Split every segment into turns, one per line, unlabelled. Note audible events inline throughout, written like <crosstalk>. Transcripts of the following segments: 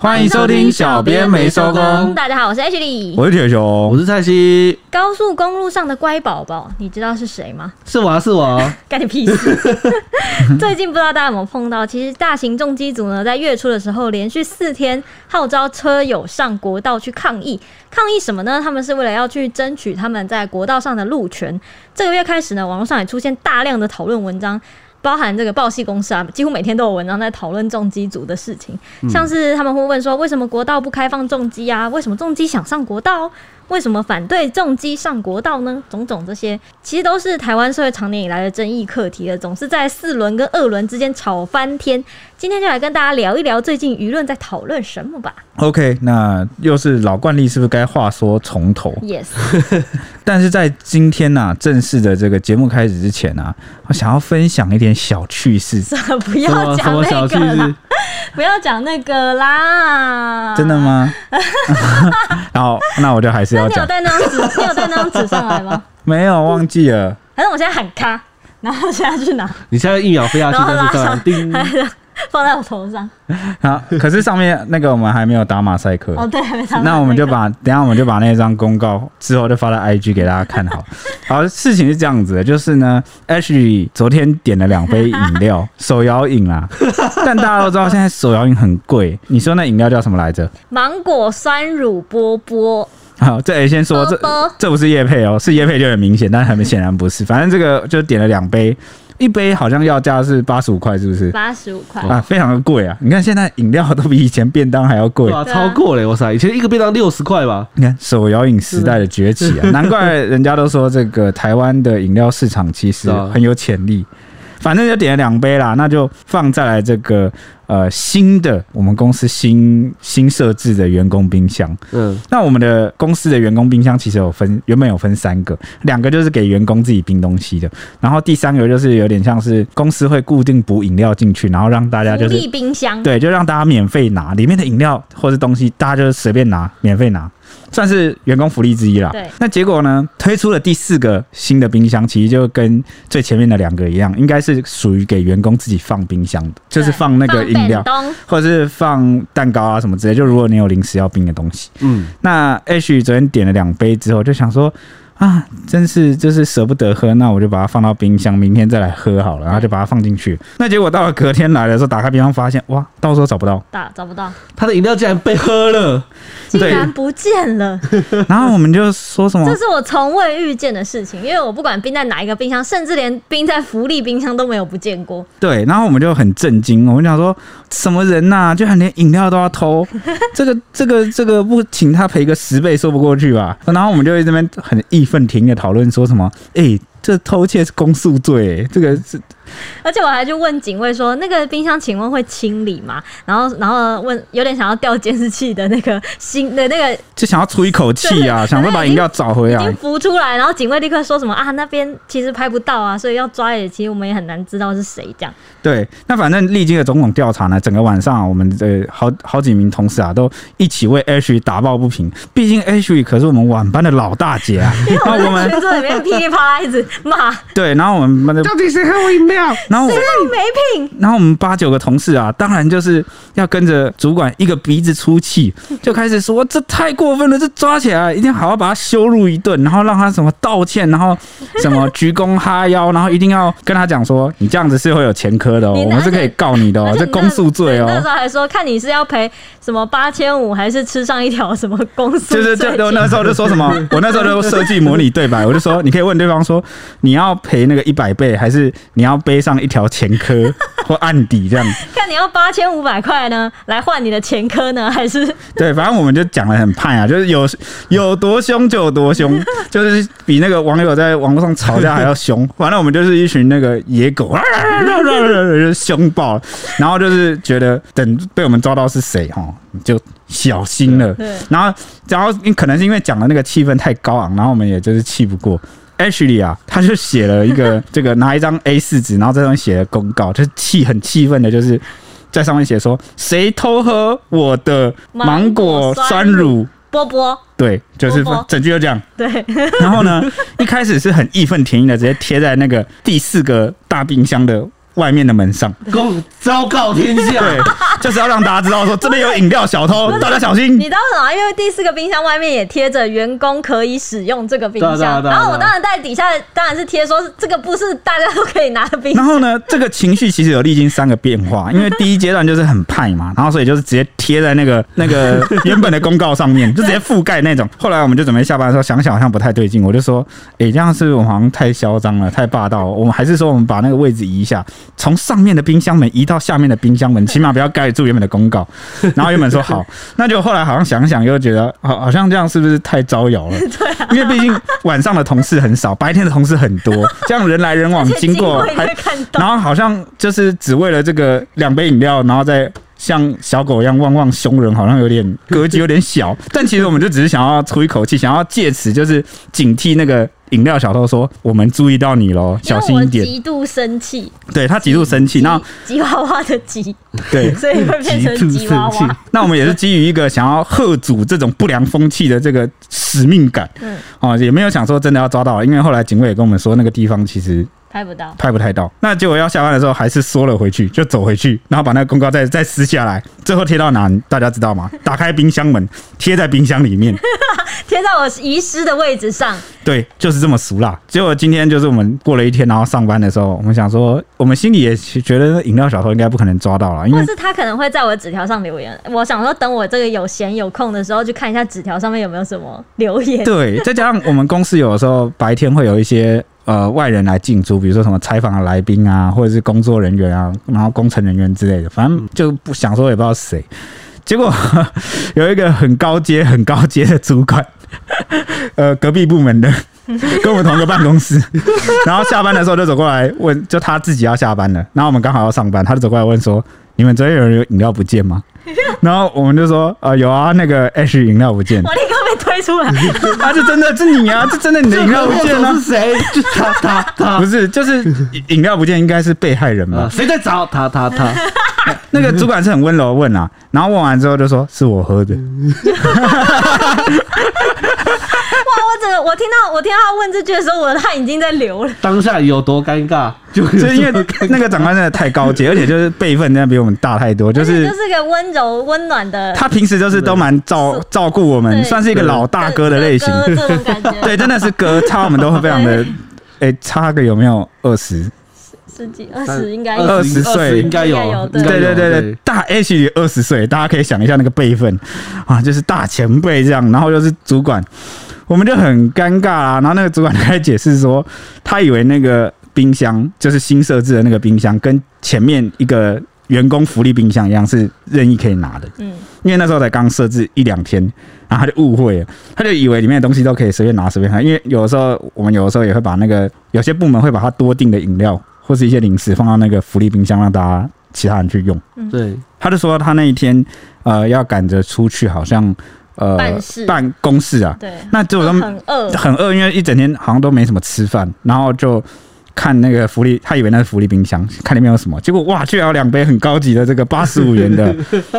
欢迎收听小编没收工
大家好，我是 H 李。
我是铁熊，
我是蔡西，
高速公路上的乖宝宝，你知道是谁吗？
是我、啊，是我、
<laughs>
啊。
干你屁事！最近不知道大家有没有碰到，其实大型重机组呢，在月初的时候连续四天号召车友上国道去抗议，抗议什么呢？他们是为了要去争取他们在国道上的路权。这个月开始呢，网络上也出现大量的讨论文章。包含这个报系公司啊，几乎每天都有文章在讨论重机组的事情，像是他们会问说，为什么国道不开放重机啊？为什么重机想上国道？为什么反对重机上国道呢？种种这些，其实都是台湾社会长年以来的争议课题了，总是在四轮跟二轮之间吵翻天。今天就来跟大家聊一聊最近舆论在讨论什
<laughs>
么吧。
OK，那又是老惯例，是不是该话说从头？
Yes， <laughs>
但是在今天呢、正式的这个节目开始之前啊，我想要分享一点小趣事。
不
什么
要
什
讲
么小
那
趣
个啦
事，？
不要讲那个啦。
真的？吗？ <laughs> 然后，那我就还是
那
要
你有
讲，
带那张纸？你有带那张纸上来
<laughs>
吗？
没有忘记了。
反正我现在喊咔，然后现在去拿，
你现在一秒飞下去，
然后
但
拉 <laughs>
是突然
上
叮，
放在我头上。
好，可是上面那个我们还没有打马赛克。
哦，对，没错。
那我们就把等一下我们就把那张公告之后就发到 IG 给大家
<laughs>
看好。好，事情是这样子的，就是呢，Ashley 昨天点了两杯饮料，
<laughs>
手摇饮啦，但大家都知道现在手摇饮很贵。你说那饮料叫什么来着？
芒果酸乳波波，
好，这哎里先说，这
波波
这不是叶配哦，是叶配就很明显，但很显然不是。反正这个就点了两杯，一杯好像要价是八十五块，是不是？
八十五块。
啊，非常的贵啊！你看现在饮料都比以前便当还要贵
对，啊，
对啊
超过嘞！哇塞，以前一个便当六十块吧，
你看手摇饮时代的崛起啊，难怪人家都说这个台湾的饮料市场其实
是啊
很有潜力。反正就点了两杯啦，那就放在来这个呃新的我们公司新新设置的员工冰箱。
嗯，
那我们的公司的员工冰箱其实有分，原本有分三个，两个就是给员工自己冰东西的，然后第三个就是有点像是公司会固定补饮料进去，然后让大家
福
就是
利冰箱，
对，就让大家免费拿里面的饮料或是东西，大家就是随便拿，免费拿，算是员工福利之一啦。
对
那结果呢，推出了第四个新的冰箱，其实就跟最前面的两个一样，应该是属于给员工自己放冰箱的，就是
对
放那个饮料
放。便
或者是放蛋糕啊什么之类，就如果你有零食要冰的东西，
嗯，
那 H 昨天点了两杯之后，就想说啊，真是就是舍不得喝，那我就把它放到冰箱，明天再来喝好了，
嗯
然后就把它放进去。那结果到了隔天来的时候，打开冰箱发现，哇，到时候找
<laughs>
不到，
当打找不到，
他的饮料竟然被喝了，
竟
对哦
然不见了，
然后我们就说什么
这是我从未遇见的事情。因为我不管冰在哪一个冰箱，甚至连冰在福利冰箱都没有不见过。
对，然后我们就很震惊，我们想说什么人呐、居然连饮料都要
<laughs>
偷，这个这个这个不请他赔个十倍说不过去吧？然后我们就在这边很义愤填膺的讨论说什么，哎、这偷窃是公诉罪、这个是
而且我还去问警卫说：“那个冰箱，请问会清理吗？”然后，然后问有点想要调监视器的那个新的那个已
就想要出一口气啊，
对
想说把饮料找回
经
来。
浮出来，然后警卫立刻说什么啊，那边其实拍不到啊，所以要抓也其实我们也很难知道是谁这样。
对，那反正历经了种种调查呢，整个晚上啊、我们这好好几名同事啊，都一起为 Ashley 打抱不平。毕竟 Ashley 可是我们晚班的老大
<laughs>
姐啊，那我
<laughs>
们
群组里面噼里啪啦一直
<laughs>
骂，谁
对，然后我们班的，
到底谁喝我饮料？
然后我。
让你没品？
然后我们八九个同事啊，当然就是要跟着主管一个鼻子出气，就开始说这太过分了，这抓起来一定要好好把他羞辱一顿，然后让他什么道歉，然后什么鞠躬哈腰，然后一定要跟他讲说你这样子是会有前科的哦，
你
我们是可以告你的哦
而，且
这
你那
公诉罪
你那
哦
时。候还说看你是要赔什么八千五，还是吃上一条什么公诉罪
就是
金？
就就那时候就说什么，我那时候就设计模拟对白，我就说你可以问对方说你要赔那个一百倍，还是你要背上一条前科或案底这样。
<laughs> 看你要八千五百块呢，来换你的前科呢， <laughs> 还是
对，反正我们就讲的很派啊，就是有有多凶就有多凶，就是比那个网友在网络上吵架还要凶。完了，我们就是一群那个野狗， <laughs> 啊就凶爆了。然后就是觉得等被我们抓到是谁哈，你就小心了
对。
然后，然后可能是因为讲的那个气氛太高昂，然后我们也就是气不过。Ashley 啊，他就写了一个这个拿一张 A 四纸，然后在上面写了公告，就是气很气愤的，就是在上面写说谁偷喝我的芒果酸
芒
乳，
波波？
对，就是
波波
整句就这样。 <laughs>
对，
然后呢，一开始是很义愤填膺的，直接贴在那个第四个大冰箱的外面的门上，
公昭告天下，
<laughs> 对，就是要让大家知道说这边有饮料小偷，大家小心
你。知道为什么？因为第四个冰箱外面也贴着员工可以使用这个冰
对啊
箱，
对啊对啊
然后我当然在底下当然是贴说这个不是大家都可以拿 <laughs> 的冰箱，
然后呢，这个情绪其实有历经三个变化，因为第一阶段就是很派嘛，然后所以就是直接贴在那个那个原本的公告上面，就直接覆盖那种。后来我们就准备下班的时候，想想好像不太对劲，我就说，诶，这样是不是我们好像太嚣张了，太霸道了，我们还是说我们把那个位置移一下，从上面的冰箱门移到下面的冰箱门，起码不要盖住原本的公告。然后原本说好，那就后来好像想想又觉得，好好像这样是不是太招摇了？对、因为毕竟晚上的同事很少，白天的同事很多，这样人来人往
而且
经过
一定
还
会看到
然。后好像就是只为了这个两杯饮料，然后再像小狗一样汪汪凶人，好像有点格局有点 <laughs> 小。但其实我们就只是想要出一口气，想要借此就是警惕那个饮料小偷说，我们注意到你喽，
因
小
为
心
我
一点。
极度生气，
对他极度生气，那
吉吉娃娃的吉，
对。
所以会变成吉娃
极度生
娃。
<laughs> 那我们也是基于一个想要喝阻这种不良风气的这个使命感，
嗯，
哦，也没有想说真的要抓到，因为后来警卫也跟我们说，那个地方其实
拍不到。
拍不太到。那结果要下班的时候，还是缩了回去，就走回去，然后把那个公告再再撕下来，最后贴到哪？大家知道吗？打开冰箱门， <laughs> 贴在冰箱里面。
贴在我遗失的位置上，
对，就是这么俗啦。结果今天就是我们过了一天，然后上班的时候，我们想说，我们心里也觉得饮料小偷应该不可能抓到了，因
或
为
是他可能会在我的纸条上留言。我想说，等我这个有闲有空的时候，去看一下纸条上面有没有什么留言。
对，再加上我们公司有的时候白天会有一些呃外人来进出，比如说什么采访的来宾啊，或者是工作人员啊，然后工程人员之类的，反正就不想说也不知道是谁。结果 <laughs> 有一个很高阶、很高阶的主管，呃，隔壁部门的，跟我们同一个办公室，然后下班的时候就走过来问，就他自己要下班了，然后我们刚好要上班，他就走过来问说：“你们昨天有人有饮料不见吗？” <laughs> 然后我们就说：“呃，有啊，那个 H 饮料不见。”
我立刻被推出来，
<laughs> 啊，这真的是你啊，这真的你的饮料不见
这个
了、
祸首是谁？就他他
不
他
是，就是饮料不见，应该是被害人
啊！
吧？
谁在找他他他？
那个主管是很温柔地问啊，然后问完之后就说是我喝的，
哇！我整个我听到我听到他问这句的时候，我的汗已经在流了。
当下有多尴尬？ <laughs> 就
就是因为那个长官真的太高阶，而且就是辈分真的比我们大太多，就
而且
是
就是个温柔温暖的
他平时就是都蛮照照顾我们，
对
算是一个老大哥的类型。
哥这种感觉。
<laughs> 对，真的是哥，差我们都会非常的，哎、差个有没有二十？
十几二十应该有
二十岁
20应该有
应该有，
应该
对
有
对对对，，大 H 也二十岁，大家可以想一下那个辈分啊，就是大前辈这样，然后又是主管，我们就很尴尬啦。然后那个主管就开始解释说，他以为那个冰箱就是新设置的那个冰箱，跟前面一个员工福利冰箱一样是任意可以拿的，
嗯，
因为那时候才刚设置一两天，然后他就误会了，他就以为里面的东西都可以随便拿随便看，因为有的时候我们有的时候也会把那个有些部门会把它多订的饮料或是一些零食放到那个福利冰箱让大家其他人去用。
对，
他就说他那一天呃要赶着出去，好像呃
办事
办公室啊，
对，
那结果他们
很饿，
很饿，因为一整天好像都没什么吃饭，然后就。看那个福利，他以为那是福利冰箱，看里面有什么，结果哇，居然有两杯很高级的这个八十五
<laughs>
元的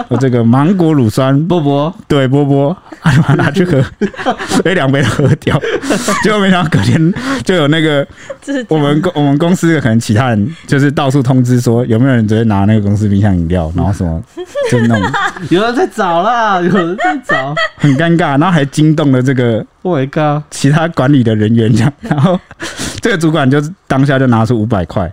有这个芒果乳酸，
波波
对波波，他就把它拿去喝， <laughs> 所以两杯都喝掉，结果没想到隔天就有那个
这
我们公我们公司的可能其他人就是到处通知说有没有人直接拿那个公司冰箱饮料，然后
<laughs>
什么就那种
有人在找啦，有人在找。
很尴尬，然后还惊动了这个
Oh my god！
其他管理的人员这样，然后这个主管就是当下就拿出五百块，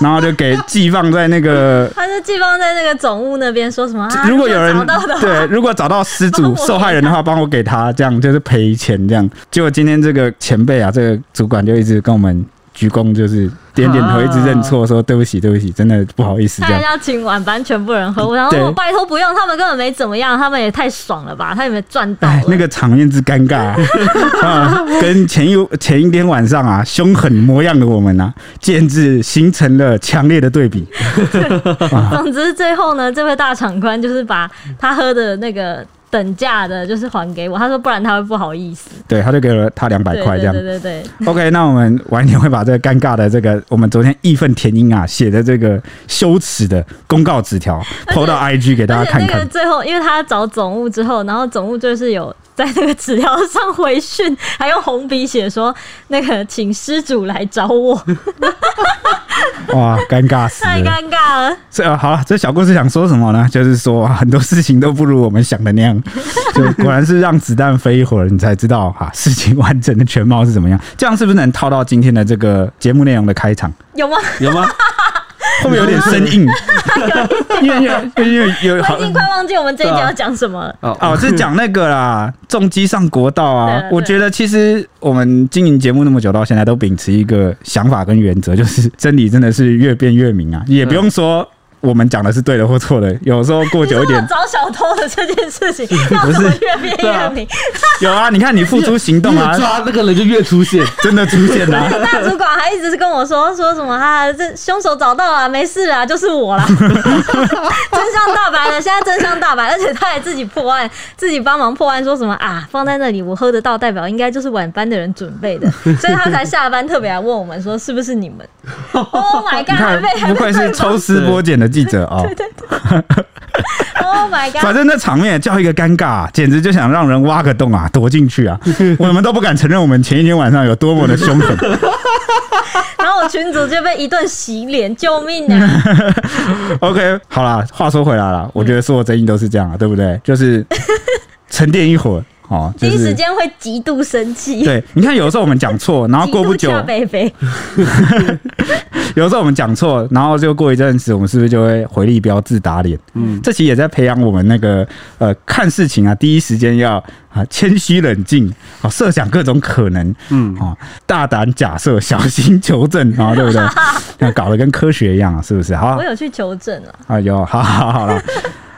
然后就给寄放在那个。
他是寄放在那个总务那边，说什么啊？
如果有人
找到的话，
对，如果找到失
帮
主
<laughs> 我给
受害人的话，帮我给他，这样就是赔钱这样。结果今天这个前辈啊，这个主管就一直跟我们鞠躬，就是点点头，一直认错，说对不起，对不起，真的不好意思
他
这样
还。要请晚班全部人喝，我想
嗯对
说我拜托不用，他们根本没怎么样，他们也太爽了吧？他有没有赚到
哎
了？，
那个场面之尴尬
<laughs>
啊啊，跟前一前一天晚上啊凶狠模样的我们啊，简直形成了强烈的对比。
总之最后呢，这位大长官就是把他喝的那个等价的，就是还给我。他说不然他会不好意思。
对，他就给了他两百
对
块
对
这样
对。对对，
OK，那我们晚一点会把这个尴尬的这个我们昨天义愤填膺啊写的这个羞耻的公告纸条
<laughs>
抛到 IG 给大
而
家
且
看
那个
看。
最后，因为他找总务之后，然后总务就是有在那个纸条上回讯，还用红笔写说那个请失主来找我。
哇，尴尬死
太
了。
尴尬了。
这、啊好了，这小故事想说什么呢？就是说很多事情都不如我们想的那样，就果然是让子弹飞一会儿，你才知道哈、事情完整的全貌是怎么样。这样是不是能套到今天的这个节目内容的开场？
有
<laughs>
吗？
有吗？
会不会有点生硬？ <laughs> 因为因为因为有
我
好
已经快忘记我们这一集
对啊
要讲什么了。
<laughs> 哦
哦，是讲那个啦，重机上国道啊
对。
我觉得其实我们经营节目那么久到现在，都秉持一个想法跟原则，就是真理真的是越辩越明啊，也不用说我们讲的是对的或错的，有时候过
你说
久一
我
点
找小偷的这件事情，要
不
怎
是
么越变越明？
有啊。你看你付出行
<laughs>
动啊
越，抓那个人就越出 <laughs> 现，
真的出现啊啦、
大主管还一直是跟我说说什么啊，这凶手找到了，没事啦，就是我啦， <laughs> 真相大白了，现在真相大白，而且他也自己破案，自己帮忙破案，说什么啊，放在那里我喝得到，代表应该就是晚班的人准备的，所以他才下班特别来问我们说是不是你们？Oh my god，还
<laughs> 你
<laughs>
看
被，还
不
被
愧是抽丝剥茧的记者
<laughs>
哦。
Oh my
反
god，
正那场面叫一个尴尬、啊简直就想让人挖个洞啊，躲
<laughs>
进去啊！我们都不敢承认我们前一天晚上有多么的凶狠。
<laughs> 然后我群主就被一顿洗脸，救命啊！
OK，好啦，话说回来啦，我觉得所有争议都是这样啊，对
<laughs>
不对？就是沉淀一会儿，哦，
第
<laughs> 就
一时
是
间会极度生气，
对。你看，有时候我们讲错，
啊
然后
极
过不
度
久
恰，北
<laughs>
北，
有时候我们讲错，然后就过一阵子，我们是不是就会回力标自打脸？嗯，这其实也在培养我们那个呃看事情啊，第一时间要啊谦虚冷静，啊设想各种可能，嗯啊大胆假设，小心求证啊，对不 <laughs> 对？那搞得跟科学一样啊，是不是？好啊，
我有去求证啊。
哎呦，好好
<laughs>
好了，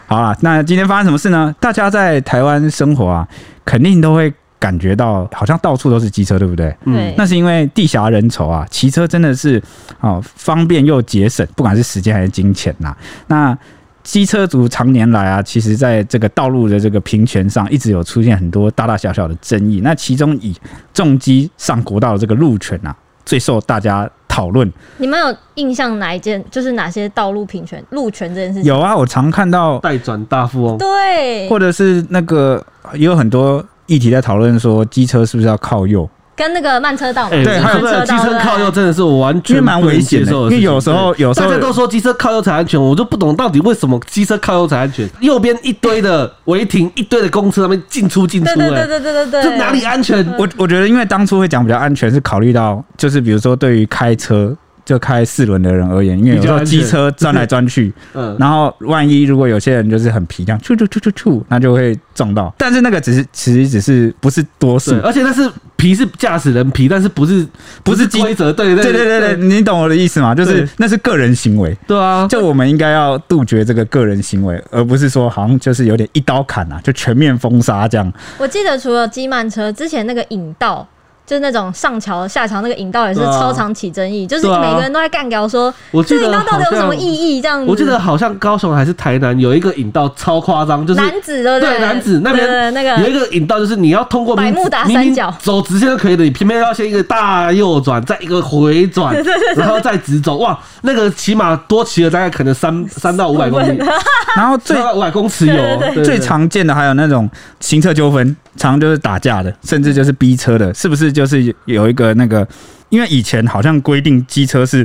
好了。那今天发生什么事呢？大家在台湾生活啊，肯定都会感觉到好像到处都是机车，对不对？
嗯
对，
那是因为地狭人稠啊，骑车真的是啊、哦方便又节省，不管是时间还是金钱呐、那机车族常年来啊，其实在这个道路的这个平权上，一直有出现很多大大小小的争议。那其中以重机上国道的这个路权啊，最受大家讨论。
你们有印象哪一件？就是哪些道路平权、路权这件事情？
有啊，我常看到
代转大富翁，
对，啊
或者是那个也有很多议题在讨论说，机车是不是要靠右？
跟那个慢车道嘛，
哎
对还有
机
那
车
个
道
机车靠右
对不对啊
真的是我完
因为
全
蛮
不能
危险
接
的，
受的
因
事情，
为有时候有时
大
候
家都说机车靠右才安全，我就不懂到底为什么机车靠右才安全。右边一堆的违停，一堆的公车，他们进出进出、
对
欸，
对对对对对对，
这哪里啊安全？
我我觉得，因为当初会讲比较安全，是考虑到就是比如说对于开车就开四轮的人而言，因为有时候
比较安全
机车钻来钻去，
嗯，
然后万一如果有些人就是很皮，这样咻咻咻咻咻，那就会撞到。但是那个只是其实只是不是多数
对，，而且那是皮是驾驶人皮，但是不是
不是机
规则？对
对
对
对对对，
对，
你懂我的意思吗？就是
对
那是个人行为。
对啊，
就我们应该要杜绝这个个人行为，而不是说好像就是有点一刀砍啊，就全面封杀这样。
我记得除了机慢车，之前那个引道。就是那种上桥下桥那个引道也是
对啊
超常起争议，就是
对啊
每个人都在干掉说
我
这
记
个引
得
道到
好
底有什么意
像，
义这样子。
我记得好像高雄还是台南有一个引道超夸张，就是
男子对不
对男子那边
对对对那
有一
个
个引道，就是你要通过
百
明
慕达
明
三角
明走直线就可以了，你偏偏要先一个大右转，再一个回
<laughs>
转，然后再直走。哇，那个起码多骑了大概可能三三到五百公里，
然后最
三到五百公尺有
啊对对对
最。常见的还有那种行车纠纷，常就是打架的，甚至就是逼车的，是不是？就是有一个那个，因为以前好像规定机车是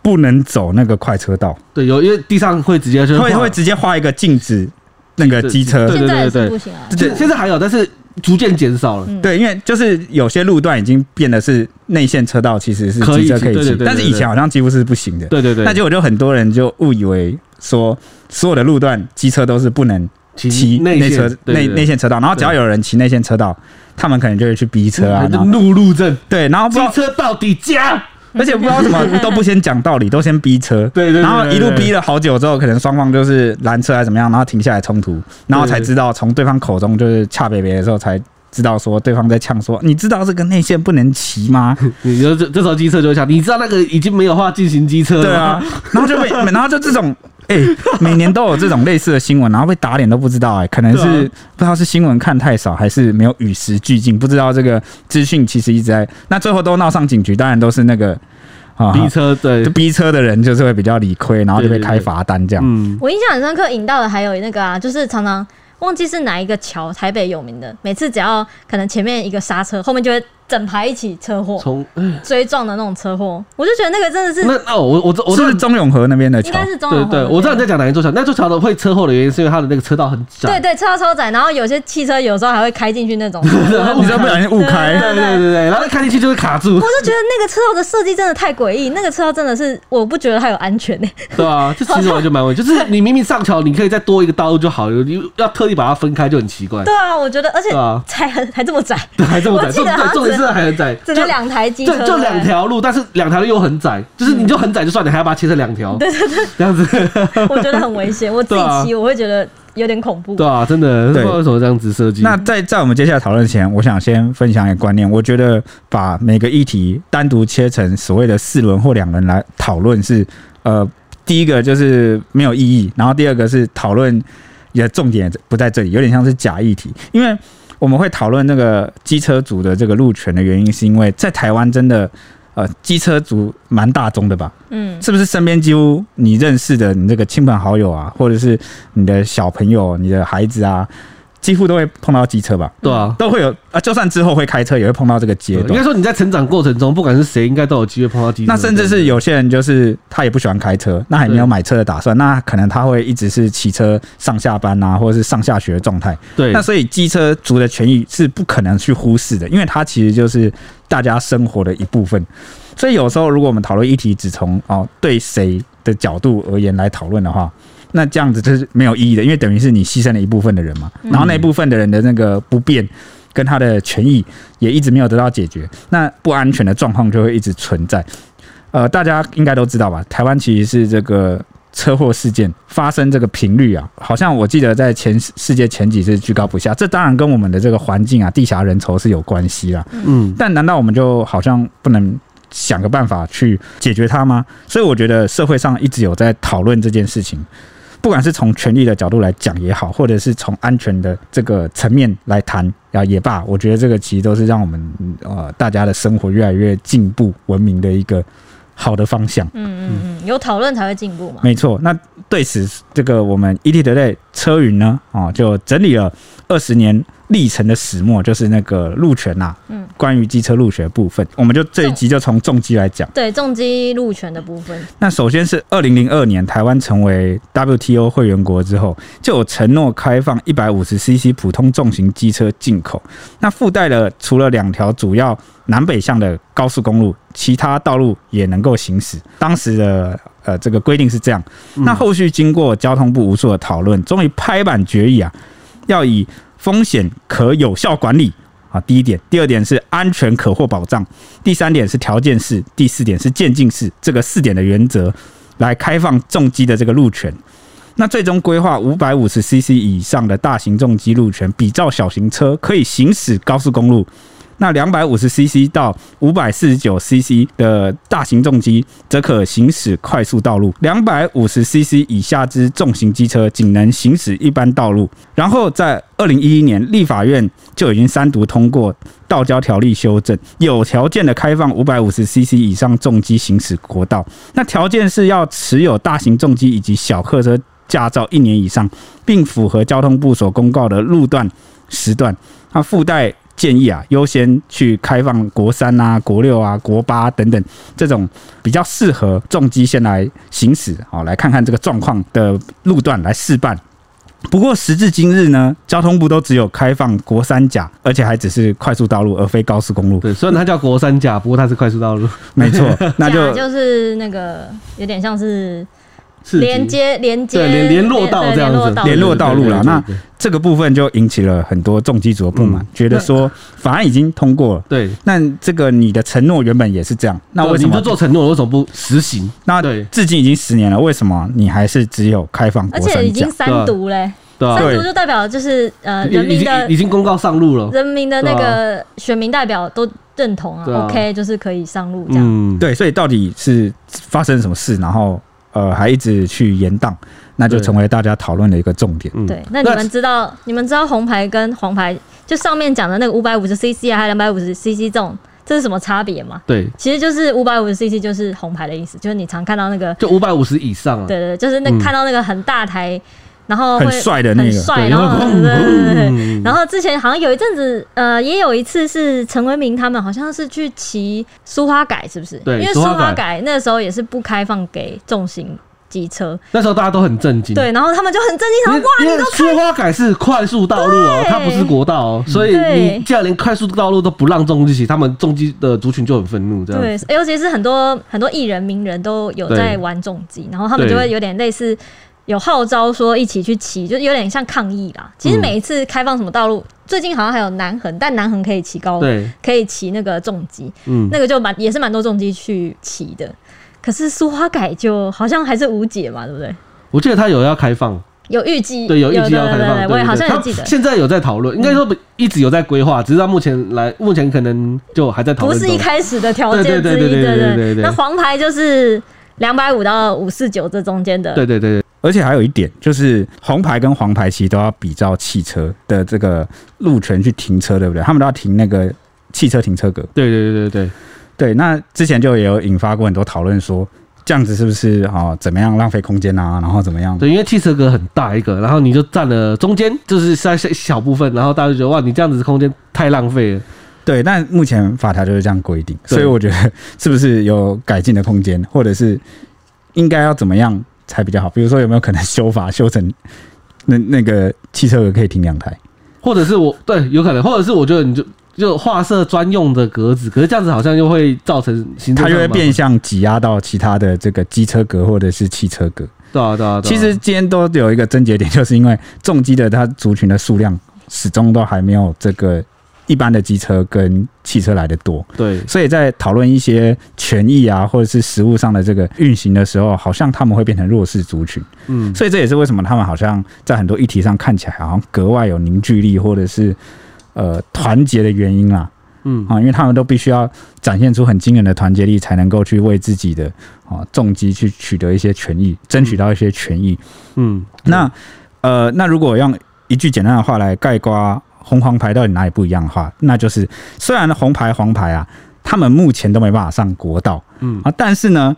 不能走那个快车道，
对，有因为地上会直接就是
会会直接画一个禁止那个机车。
对
现
对
在
对
也
对
是不行啊，
对
现现在还有，但是逐渐减少
嗯
了。
对，因为就是有些路段已经变得是内线车道，其实是
可以
机车可以
对对
骑
对，对
但是以前好像几乎是不行的。
对对对，
那结果就很多人就误以为说，所有的路段机车都是不能骑
骑嗯内线
车
对
内
对对嗯
内线车道，然后只要有人骑内线车道，他们可能就会去逼车啊
还，是
然后
怒路症，
对，然后不知
机
道，
车到底加。
而且不知道为什么都不先讲道理，都先逼车，
对对对对
然后一路
对对
逼了好久之后，可能双方就是拦车还是怎么样，然后停下来冲突，然后才知道从对方口中就是恰北北的时候才。知道说对方在呛说，你知道这个内线不能骑吗？
你就这这时候机车就会想，你知道那个已经没有化进行机车了，
对啊，，然后就被，然后就这种，哎、每年都有这种类似的新闻，然后被打脸都不知道、哎，可能是、
对啊
不知道是新闻看太少，还是没有与时俱进，不知道这个资讯其实一直在，那最后都闹上警局，当然都是那个啊
逼车对
就，逼车的人就是会比较理亏，然后就被开罚单这样。
嗯，
我印象很深刻，引到的还有那个啊，就是常常忘记是哪一个桥，台北有名的，每次只要可能前面一个刹车，后面就会整排一起车祸
从
追撞的那种车祸，我就觉得那个真的是
那哦，我我知我
是
知道
不是中永和那边的
应
桥？
该是中
对
永和
对，
那
我知道
边
你在讲哪一座桥，那座桥的会车祸的原因是因为它的那个车道很窄，
对对，车道超窄，然后有些汽车有时候还会开进去那种。 <laughs>
你知道不小心误开，
对对对对，然后一开进去就会卡住
我，就觉得那个车道的设计真的太诡异，那个车道真的是我不觉得它有安全呢、 <laughs>
对啊，这其实我就蛮问，就是你明明上桥，你可以再多一个道路就好了，你要特地把它分开就很奇怪，
对啊，我觉得，而且
对啊
才很还这么窄，
对，还这么窄，
我记
重
得好
对
像
重点是还很窄，
只
就
能两台机车，
对，就
对不
两
对。
条路，但是两条路又很窄，就是你就很窄就算，你还要把它切成两条，对对对，这样子，
我觉得很危险，我自己
<laughs> 对啊
骑我会觉得有点恐怖。
对啊，真的不知
对
道为什么这样子设计，
那在在我们接下来讨论前，我想先分享一个观念，我觉得把每个议题单独切成所谓的四轮或两轮来讨论是，呃，第一个就是没有意义，然后第二个是讨论也重点不在这里，有点像是假议题，因为我们会讨论那个机车族的这个路权的原因，是因为在台湾真的。呃，机车族蛮大众的吧？
嗯，
是不是身边几乎你认识的你这个亲朋好友啊，或者是你的小朋友、你的孩子啊，几乎都会碰到机车吧？
对啊。
都会有啊，就算之后会开车，也会碰到这个阶
应该
段。
说你在成长过程中，不管是谁，应该都有机会碰到机车。
那甚至是有些人就是他也不喜欢开车，那也没有买车的打算，那可能他会一直是骑车上下班啊，或者是上下学的状态。
对
那所以机车族的权益是不可能去忽视的，因为它其实就是大家生活的一部分。所以有时候如果我们讨论议题只从哦对谁的角度而言来讨论的话，那这样子就是没有意义的，因为等于是你牺牲了一部分的人嘛，然后那一部分的人的那个不便。跟他的权益也一直没有得到解决，那不安全的状况就会一直存在。呃，大家应该都知道吧？台湾其实是这个车祸事件发生这个频率啊，好像我记得在前世界前几次居高不下。这当然跟我们的这个环境啊、地狭人稠是有关系啦。
嗯，
但难道我们就好像不能想个办法去解决它吗？所以我觉得社会上一直有在讨论这件事情，不管是从权力的角度来讲也好，或者是从安全的这个层面来谈啊也罢，我觉得这个其实都是让我们嗯呃大家的生活越来越进步、文明的一个好的方向。
嗯嗯嗯，有讨论才会进步嘛。
没错，那对此，这个我们 E ET Today 车云呢，啊、就整理了二十年历程的始末，就是那个路权呐、
嗯
关于机车路权的部分，我们就这一集就从重机来讲。
对，重击路权的部分，
那首先是二零零二年台湾成为 WTO 会员国之后，就有承诺开放一百五十 CC 普通重型机车进口。那附带了除了两条主要南北向的高速公路，其他道路也能够行驶。当时的呃这个规定是这样。
嗯
那后续经过交通部无数的讨论，终于拍板决议啊，要以风险可有效管理。啊，第一点，第二点是安全可获保障，第三点是条件式，第四点是渐进式，这个四点的原则来开放重机的这个路权。那最终规划五百五十 CC 以上的大型重机路权，比照小型车可以行驶高速公路。那两百五十 CC 到五百四十九 CC 的大型重机，则可行驶快速道路；两百五十 CC 以下之重型机车，仅能行驶一般道路。然后在二零一一年，立法院就已经三读通过道交条例修正，有条件的开放五百五十 CC 以上重机行驶国道。那条件是要持有大型重机以及小客车驾照一年以上，并符合交通部所公告的路段时段。那附带建议啊，优先去开放国三啊、国六啊、国八等等这种比较适合重机先来行驶，好、来看看这个状况的路段来试办。不过时至今日呢，交通部都只有开放国三甲，而且还只是快速道路，而非高速公路。
对，虽然它叫国三甲，不过它是快速道路，
没错，那就
假就是那个有点像是
是
连接连接
对联联络道这样子，
对
联络道路啦
对对对
那这个部分就引起了很多重机组的不满，
嗯
觉得说法案已经通过了，
对，对
那这个你的承诺原本也是这样，那为什
你
么
就做承诺，为什么不实行？
那
对
至今已经十年了，为什么你还是只有开放
而
国
且已
三甲
经？三读嘞，
对吧？
三读就代表就是呃人
已
民
经
的
已经公告上路了，
人民的那个选民代表都认同
对啊
啊，OK 就是可以上路这样。
嗯，
对，所以到底是发生什么事，然后呃还一直去延宕，那就
对
成为大家讨论的一个重点。
嗯
对，那你们知道你们知道红牌跟黄牌就上面讲的那个五百五十 CC 啊，还两百五十 CC 这种，这是什么差别吗？
对，
其实就是五百五十 CC 就是红牌的意思，就是你常看到那个，
就五百五十以上啊，
对对对，就是那
嗯
看到那个很大台，然后
很
会
帅的那
很
个
帅，
对
然后
然后
对对对对对
嗯
然后之前好像有一阵子，呃，也有一次是陈为民他们好像是去骑苏花改，是不是？
对
因为
苏
苏
花改
花改那时候也是不开放给重型机车，
那时候大家都很震惊，
对，然后他们就很震惊，
嗯因
想
为，
说哇，
因为苏花改是快速道路哦，
对
它不是国道哦，所以
对
你既然连快速道路都不让重机骑，他们重机的族群就很愤怒，这样
对
子。，
尤其是很多很多艺人、名人都有在
对
玩重机，然后他们
对
就会有点类似有号召说一起去骑，就有点像抗议啦。其实
嗯
每一次开放什么道路，最近好像还有南横，但南横可以骑高，
对，
可以骑那个重机，
嗯，
那个就蛮也是蛮多重机去骑的。可是苏花改就好像还是无解嘛，对不对？
我记得他有要开放，
有预计，
对，有预计要
对
开
对
放，
对
对
我
对
也好像有
他
记得，
现在有在讨论，应该说不一直有在规划，只是到目前来，目前可能就还在讨
不
论
是
中。
一开始的条件
对
之
对对对
一，
对对对
对。
对
那黄牌就是两百五到五四九这中间的
对对对对，
而且还有一点，就是红牌跟黄牌其实都要比照汽车的这个路权去停车，对不对？他们都要停那个汽车停车格。
对对对对
对，那之前就也有引发过很多讨论，说这样子是不是啊、哦怎么样浪费空间啊？然后怎么样
对？对，因为汽车格很大一个，然后你就占了中间，就是在小小部分，然后大家就觉得哇，你这样子空间太浪费了。
对，但目前法条就是这样规定，
对
所以我觉得是不是有改进的空间，或者是应该要怎么样才比较好？比如说有没有可能修法修成那那个汽车可以停两台？
或者是我对有可能，或者是我觉得你就就画设专用的格子，可是这样子好像又会造成行政
它
上
就
的
会
麻烦
变相挤压到其他的这个机车格或者是汽车格。
对啊对啊。对啊
其实今天都有一个症结点，就是因为重机的它族群的数量始终都还没有这个一般的机车跟汽车来的多，
对
所以在讨论一些权益啊，或者是实物上的这个运行的时候，好像他们会变成弱势族群，
嗯
所以这也是为什么他们好像在很多议题上看起来好像格外有凝聚力，或者是呃团结的原因啦。
嗯
啊，因为他们都必须要展现出很惊人的团结力，才能够去为自己的啊重击去取得一些权益，争取到一些权益。
嗯，
那呃，那如果用一句简单的话来概括红黄牌到底哪里不一样的话，那就是虽然红牌黄牌啊，他们目前都没办法上国道，
嗯
啊，但是呢。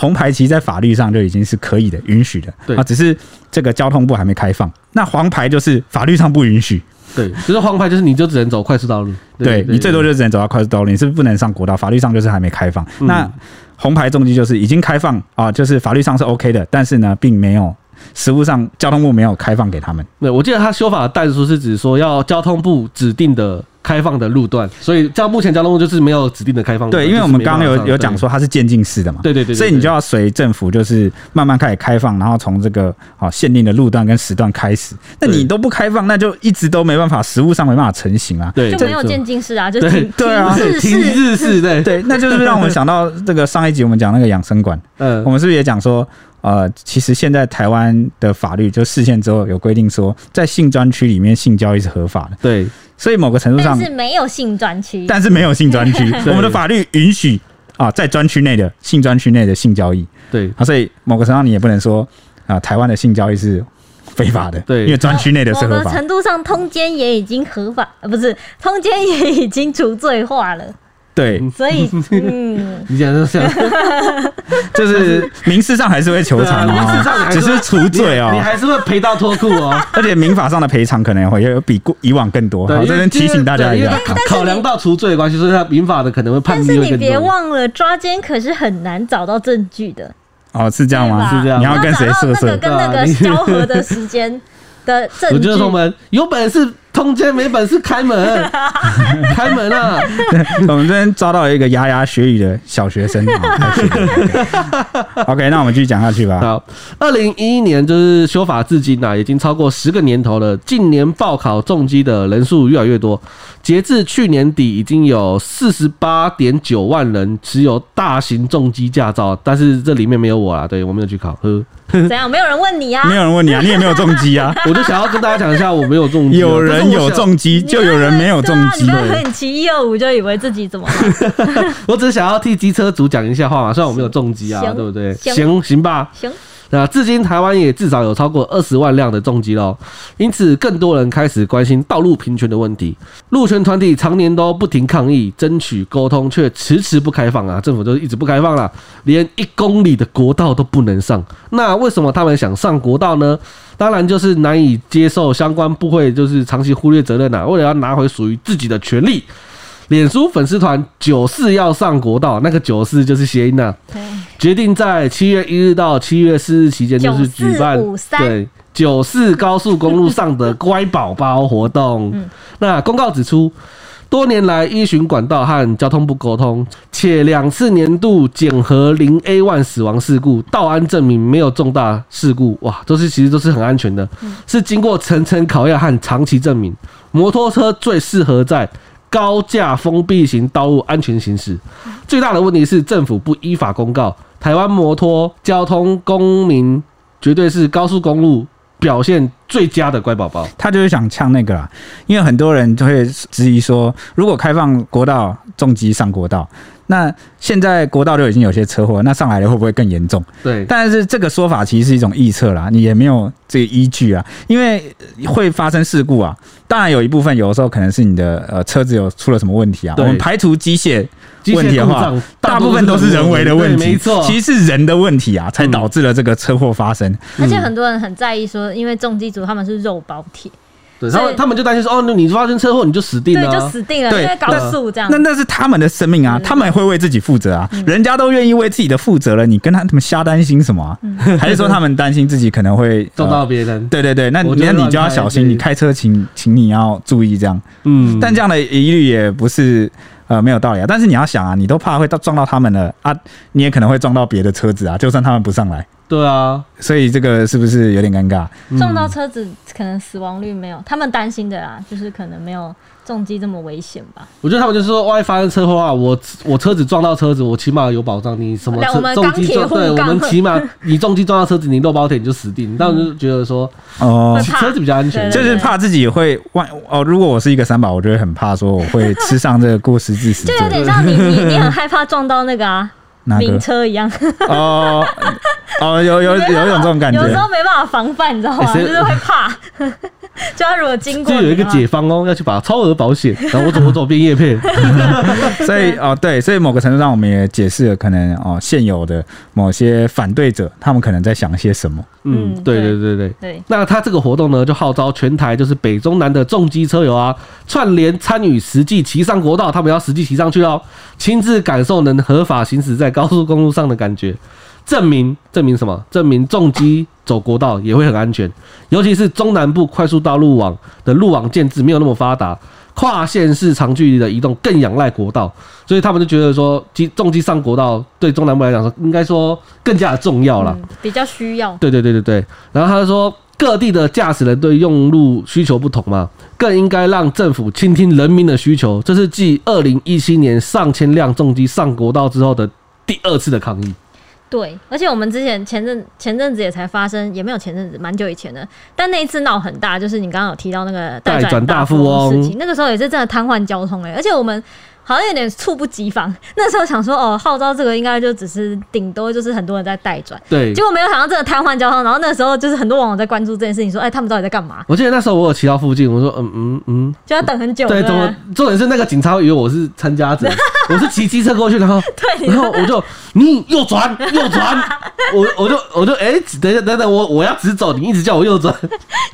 红牌其实在法律上就已经是可以的、允许的，
对
啊，只是这个交通部还没开放。那黄牌就是法律上不允许，
对，就是黄牌，就是你就只能走快速道路，
对你最多就只能走到快速道路，你是不能上国道，法律上就是还没开放。
嗯
那红牌重机就是已经开放啊，就是法律上是 OK 的，但是呢，并没有实物上交通部没有开放给他们。
对，我记得他修法的弹书是指说要交通部指定的开放的路段，所以到目前交通部就是没有指定的开放路段。
对，因为我们刚刚
就是
有
没办法上
有讲，说它是渐进式的嘛，
对对对对，
所以你就
要
要随政府就是慢慢开始开放，然后从这个啊限定的路段跟时段开始。那
对
你都不开放，那就一直都没办法，实物上没办法成型啊。
对
就没有
这
渐进式啊，就
对
停
对啊
停
对
式
停
是
日式对，
对，那就是让我们想到这个上一集我们讲那个养生馆，
嗯
我，们是不是也讲说，呃，其实现在台湾的法律就释宪之后有规定说，在性专区里面性交易是合法的，
对
所以某个程度
但
上，
是没有性专区，
但是没有
<laughs>
性专区，
对
我们的法律允许啊，在专区内的性专区内的性交易
对
啊，所以某个程度上你也不能说啊，台湾的性交易是非法的，
对
因为专区内的是
某
合
个
法，
程度上，通奸也已经合法，呃，不是通奸也已经除罪化了，
对，
所以嗯，
你讲的是这样，
就是民事上还是会求
<laughs>
偿
对啊民事上你
啊，
还
只
是
是除罪哦
你。还是会赔到脱裤哦。
而且民法上的赔偿可能会有比过以往更多，
对，
好，
因
这
为
边提醒大家
对
一
因为
下。
考考量到除罪的关系，所以他民法的可能会判
但
例
是
会
你
更
别 <laughs>
多。
忘了，抓奸可是很难找到证据的，
哦，是这样吗？
对吧
是这样
你
你
要跟谁
找到那
色色
个？跟那
对啊
个
你
交合的时间的证
我
据
觉，得我们有本事通奸，没本事开门，开门
<laughs>
啊！
我们这边抓到一个牙牙学语的小
<laughs>
学生啊。开学了 OK，那我们继续讲下去吧。
好，二零一一年就是修法至今啊，已经超过十个年头了。近年报考重机的人数越来越多，截至去年底已经有四十八点九万人持有大型重机驾照，但是这里面没有我啦，对我没有去考，呵，
怎样？没有人问你啊？
没有人问你啊，你也没有重击啊。
<laughs> 我就想要跟大家讲一下，我没有重机啊，
有
但
人
是我
有
想，
重击，就有人没有重击
对。啊你不要很奇一二五就以为自己怎么了？
我只是想要替机车族讲一下话嘛，虽然我没有重机啊，
行
对不对？
行
行行吧，
行，
那至今台湾也至少有超过二十万辆的重机喽，因此更多人开始关心道路平权的问题。路权团体常年都不停抗议、争取沟通，却迟迟不开放啊，政府就是一直不开放啦，连一公里的国道都不能上。那为什么他们想上国道呢？当然就是难以接受相关部会就是长期忽略责任啦、啊为了要拿回属于自己的权利。脸书粉丝团九四要上国道，那个九四就是谐音啊呐、
对，
决定在七月一日到七月四日期间，就是举办
9453
对九四高速公路上的乖宝宝活动。那公告指出，多年来依循管道和交通部沟通，且两次年度检核零 A one 死亡事故，道安证明没有重大事故，哇，都是其实都是很安全的，是经过层层考验和长期证明，摩托车最适合在。高架封闭型道路安全行驶，最大的问题是政府不依法公告。台湾摩托交通公民绝对是高速公路表现最佳的乖宝宝。
他就是想呛那个啦，因为很多人就会质疑说，如果开放国道，重机上国道，那现在国道就已经有些车祸，那上来了会不会更严重？
对，
但是这个说法其实是一种臆测啦，你也没有这个依据啊，因为会发生事故啊。当然有一部分有的时候可能是你的呃车子有出了什么问题啊。我
对
们排除机械
机械
问题的
故
话
障，
大部分都是人为的问题，
对没错
其实是人的问题啊，才
嗯
导致了这个车祸发生。
而且很多人很在意说，因为重机组他们是肉包铁，
对
所
他
以
们他们就担心说，哦，那你发生车祸你就死定
对，
了
就
啊。
死定了，
对
因为高速这样嗯
那。那是他们的生命啊，他们也会为自己负责啊，人家都愿意为自己的负责了，你跟他们瞎担心什么啊？
嗯
<laughs> 还是说他们担心自己可
<laughs>
能会
撞
呃
到别人，
对对对，那
我觉
那
得
你就要
乱开
小心，
对
你开车请请你要注意这样。
嗯，
但这样的疑虑也不是呃没有道理啊。但是你要想啊，你都怕会到撞到他们了啊，你也可能会撞到别的车子啊，就算他们不上来，
对啊，
所以这个是不是有点尴尬？
撞到车子可能死亡率没有，他们担心的啦，就是可能没有重机这么危险吧。
我觉得他们就是说，万一发生车祸啊，我我车子撞到车子，我起码有保障。你什么
对我
车
们
重击
钢铁
撞，
护
对我
杠
们起 <laughs> 码你重击撞到车子，你肉包铁你就死定。但我就觉得说，
哦
会。怕
车子比较安全
对对
就
对
是怕自己会万哦，如果我是一个三宝，我就会很怕说我会吃上这个过失致死
<laughs> 就
罪
有点像你你你很害怕撞到那个啊
那
名
个
车一样，
哦哦，有有有
没办法
一种这种感觉
有，时候没办法防范，你知道吗？
哎谁
就是会怕， <laughs> 就他如果经过
这
你的话，
有一个解方哦，要去把超额保险，然后我怎么走变叶 <laughs> 配，
所以哦对，所以某个程度上我们也解释了可能哦现有的某些反对者，他们可能在想些什么。
嗯，
嗯
对
对
对对对。
对，
那他这个活动呢，就号召全台就是北中南的重机车友啊，串联参与实际骑上国道，他们要实际骑上去哦，亲自感受能合法行驶在高速公路上的感觉，证明证明什么？证明重机走国道也会很安全，尤其是中南部快速道路网的路网建制没有那么发达。跨县市长距离的移动更仰赖国道，所以他们就觉得说，机重机上国道对中南部来讲说，应该说更加的重要了。
嗯，比较需要，
对对对对对。然后他就说，各地的驾驶人对用路需求不同嘛，更应该让政府倾听人民的需求。这是继二零一七年上千辆重机上国道之后的第二次的抗议。
对。而且我们之前前阵前阵子也才发生，也没有前阵子，蛮久以前的，但那一次闹很大，就是你刚刚有提到那个
代转
转
大富
富翁
翁
事情，那个时候也是真的瘫痪交通哎、而且我们。好像有点猝不及防，那时候想说哦，号召这个应该就只是顶多就是很多人在代转，
对
结，果没有想到真的瘫痪交通，然后那时候就是很多网友在关注这件事情，说哎、他们到底在干嘛？
我记得那时候我有骑到附近，我说嗯嗯嗯，
就要等很久。
对，
不
怎么？重点是那个警察以为我是参
<laughs>
加者，我是骑机车过去，然后
对，
然后我就你右转右转，我我就我就哎、等一下等等，我我要直走，你一直叫我右转，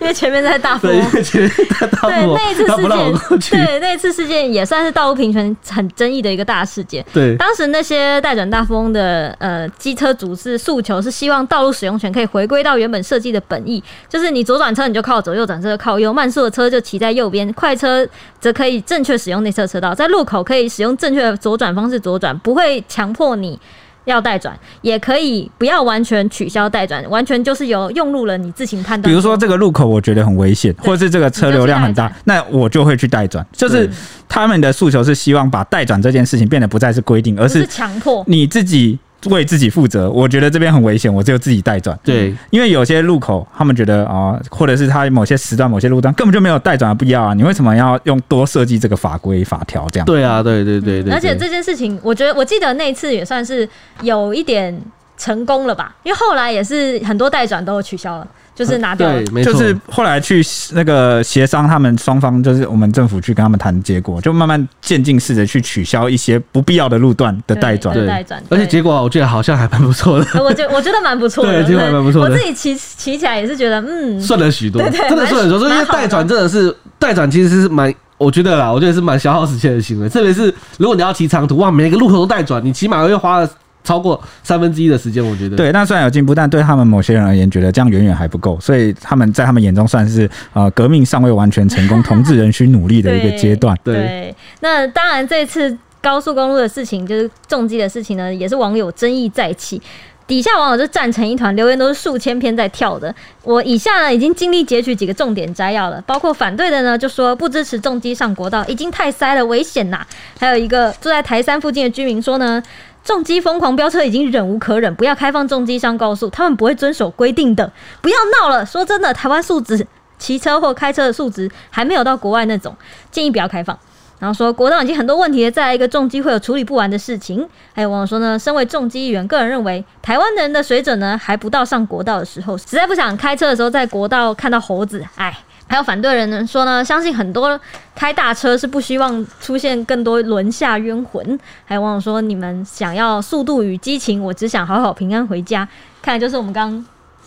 因为前面在大富
对，
翁
因。为前面他他
哦对，
不
那一次
他不让我过
事
去
件，，对那一次事件也算是道路平权很争议的一个大事件。
对，
当时那些代转大富翁的呃机车组是诉求是希望道路使用权可以回归到原本设计的本意，就是你左转车你就靠左，右转车就靠右，慢速的车就骑在右边，快车则可以正确使用内侧车道，在路口可以使用正确的左转方式左转，不会强迫你。要代转也可以，不要完全取消代转，完全就是由用路人你自行判断。
比如说这个路口我觉得很危险，
对
或是这个车流量很大
你就，
那我就会去代转。就是
对
他们的诉求是希望把代转这件事情变得不再是规定，而
不是
是
强迫，
你自己为自己负责。我觉得这边很危险，我就自己代转。
对，
因为有些路口，他们觉得啊、或者是他某些时段、某些路段根本就没有代转的必要啊，你为什么要用多设计这个法规法条这样？
对啊，对对对对，
嗯而且
对
这件事情，我觉得我记得那一次也算是有一点成功了吧？因为后来也是很多代转都取消了，就是拿掉了
呃对，。没错，
就是后来去那个协商，他们双方就是我们政府去跟他们谈结果，就慢慢渐进式的去取消一些不必要的路段的代转
对。
对
代转
而且
对
结果我记得好像还蛮不错的，
呃我觉我觉得蛮不错的，
<laughs> 对结果还蛮不错的
我自己骑骑起来也是觉得，嗯，
算了许多，
对对
真的
蛮
算了许多，因为
蛮好的
代转真的是代转其实是蛮。我觉得啦，我觉得是蛮消耗时间的行为，特别是如果你要骑长途，哇，每个路口都代转，你起码又花了超过三分之一的时间，我觉得。
对，那虽然有进步，但对他们某些人而言，觉得这样远远还不够，所以他们在他们眼中算是呃革命尚未完全成功，同志仍需努力的一个阶段。
对
对，那当然这次高速公路的事情，就是重机的事情呢，也是网友争议再起。底下网友就站成一团，留言都是数千篇在跳的。我以下呢已经尽力截取几个重点摘要了，包括反对的呢就说不支持重机上国道，已经太塞了，危险呐、还有一个住在台山附近的居民说呢，重机疯狂飙车已经忍无可忍，不要开放重机上高速，他们不会遵守规定的。不要闹了，说真的，台湾素质骑车或开车的素质还没有到国外那种，建议不要开放。然后说国道已经很多问题了，再来一个重机会有处理不完的事情。还有网友说呢，身为重机议员，个人认为台湾人的水准呢还不到上国道的时候，实在不想开车的时候在国道看到猴子，哎。还有反对人呢说呢，相信很多开大车是不希望出现更多轮下冤魂。还有网友说，你们想要速度与激情，我只想好好平安回家。看来就是我们刚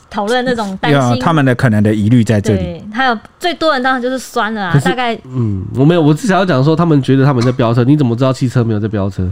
讨论那种担
有
心，
啊他们的可能的疑虑在这里。
对，还有最多人当然就是酸了
可
啊，
是
大概
嗯，我没有，我只想要讲说，他们觉得他们在飙车，你怎么知道汽车没有在飙车？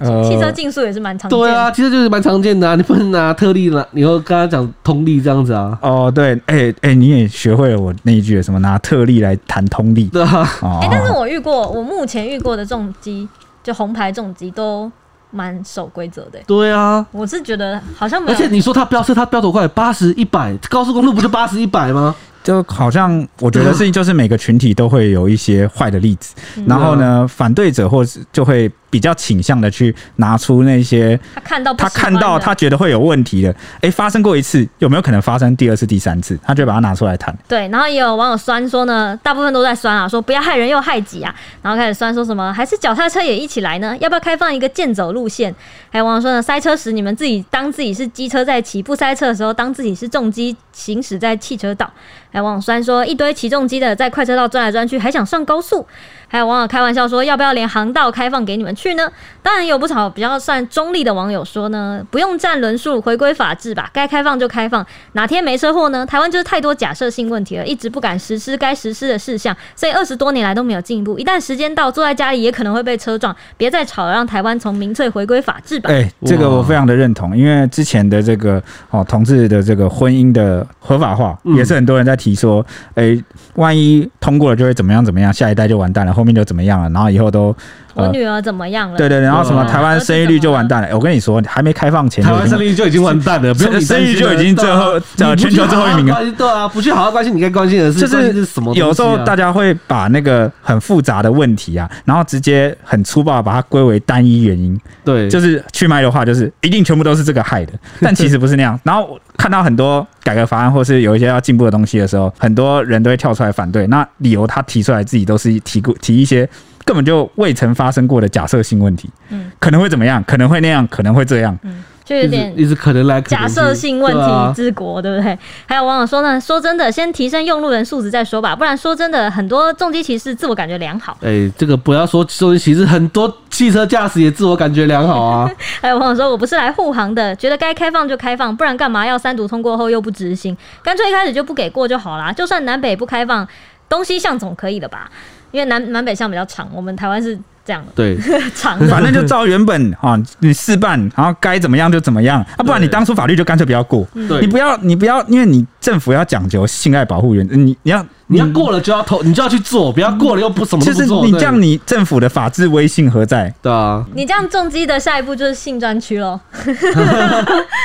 呃，
汽车竞速也是蛮常见的。
对啊，汽车就是蛮常见的啊，你不能拿特例拿，你又跟他讲通例这样子啊，
哦，对，哎、哎、你也学会了我那一句什么拿特例来谈通例
对啊，
哦
哎、但是我遇过，我目前遇过的重机，就红牌重机都蛮守规则的、
对啊。
我是觉得好像没
<laughs> 而
有
且，你说他飙车，他飙多快？八十、一百，高速公路不就八十、一百
<laughs>
吗？
就好像我觉得是，就是每个群体都会有一些坏的例子，
嗯
然后呢，反对者或是就会比较倾向的去拿出那些
他看到不
他
喜欢
看到
的
他觉得会有问题的，哎、发生过一次，有没有可能发生第二次、第三次？他就把它拿出来谈。
对，然后也有网友酸说呢，大部分都在酸啊，说不要害人又害己啊，然后开始酸说什么还是脚踏车也一起来呢？要不要开放一个健走路线？还有网友说呢，塞车时你们自己当自己是机车在骑，不塞车的时候当自己是重机行驶在汽车道。还有网友酸说一堆骑重机的在快车道钻来钻去，还想上高速。还有网友开玩笑说，要不要连航道开放给你们去呢？当然有不少比较算中立的网友说呢，不用占轮数，回归法治吧，该开放就开放。哪天没车祸呢？台湾就是太多假设性问题了，一直不敢实施该实施的事项，所以二十多年来都没有进步。一旦时间到，坐在家里也可能会被车撞，别再吵了，让台湾从民粹回归法治吧。
哎、这个
哇
我非常的认同，因为之前的这个哦，同志的这个婚姻的合法化，
嗯
也是很多人在提说，哎、万一通过了就会怎么样怎么样，下一代就完蛋了，后面就怎么样了，然后以后都
我女儿怎么样了？
呃对对，然后什么
对啊
台湾生育率就完蛋了。我跟你说，还没开放前
台
就已
湾
经
胜利就已经完蛋了，不 <laughs> 用你
生
担
育
心
就
了
已经
对
最
啊
后呃
你不
全
去
球最后一名
好好
了。
关心对啊，不去好好关心你该关心的事，
就
关心是什么东西啊？
有时候大家会把那个很复杂的问题啊，然后直接很粗暴地把它归为单一原因，
对，
就是去脉的话，就是一定全部都是这个害的，但其实不是那样。然后我看到很多改革法案或是有一些要进步的东西的时候，很多人都会跳出来反对，那理由他提出来自己都是提过提一些根本就未曾发生过的假设性问题，
嗯
可能会怎么样，可能会那样，可能会这样，
就
一
有
直
点
一直可能来可能
假
去
设性问
对啊
题之国，对不对？还有网友说呢，说真的，先提升用路人素质再说吧，不然说真的，很多重机骑士自我感觉良好。
哎、这个不要说收音，其实很多汽车驾驶也自我感觉良好
<laughs>
啊。
还有网友说，我不是来护航的，觉得该开放就开放，不然干嘛要三读通过后又不执行？干脆一开始就不给过就好啦，就算南北不开放，东西向总可以了吧？因为南南北向比较长，我们台湾是这样
对，
的 <laughs> 长的。
反正就照原本啊，你试办，然后该怎么样就怎么样啊，不然你
对嗯
当初法律就干脆不要过。
对
你不要，你不要，因为你政府要讲究性爱保护原则，你你要
你要过了就要投，你就要去做，不要过了又不什么都
就
不
是
做。
你
对
这样，你政府的法治威信何在？
对啊，
你这样重击的下一步就是性专区
<laughs>
喽，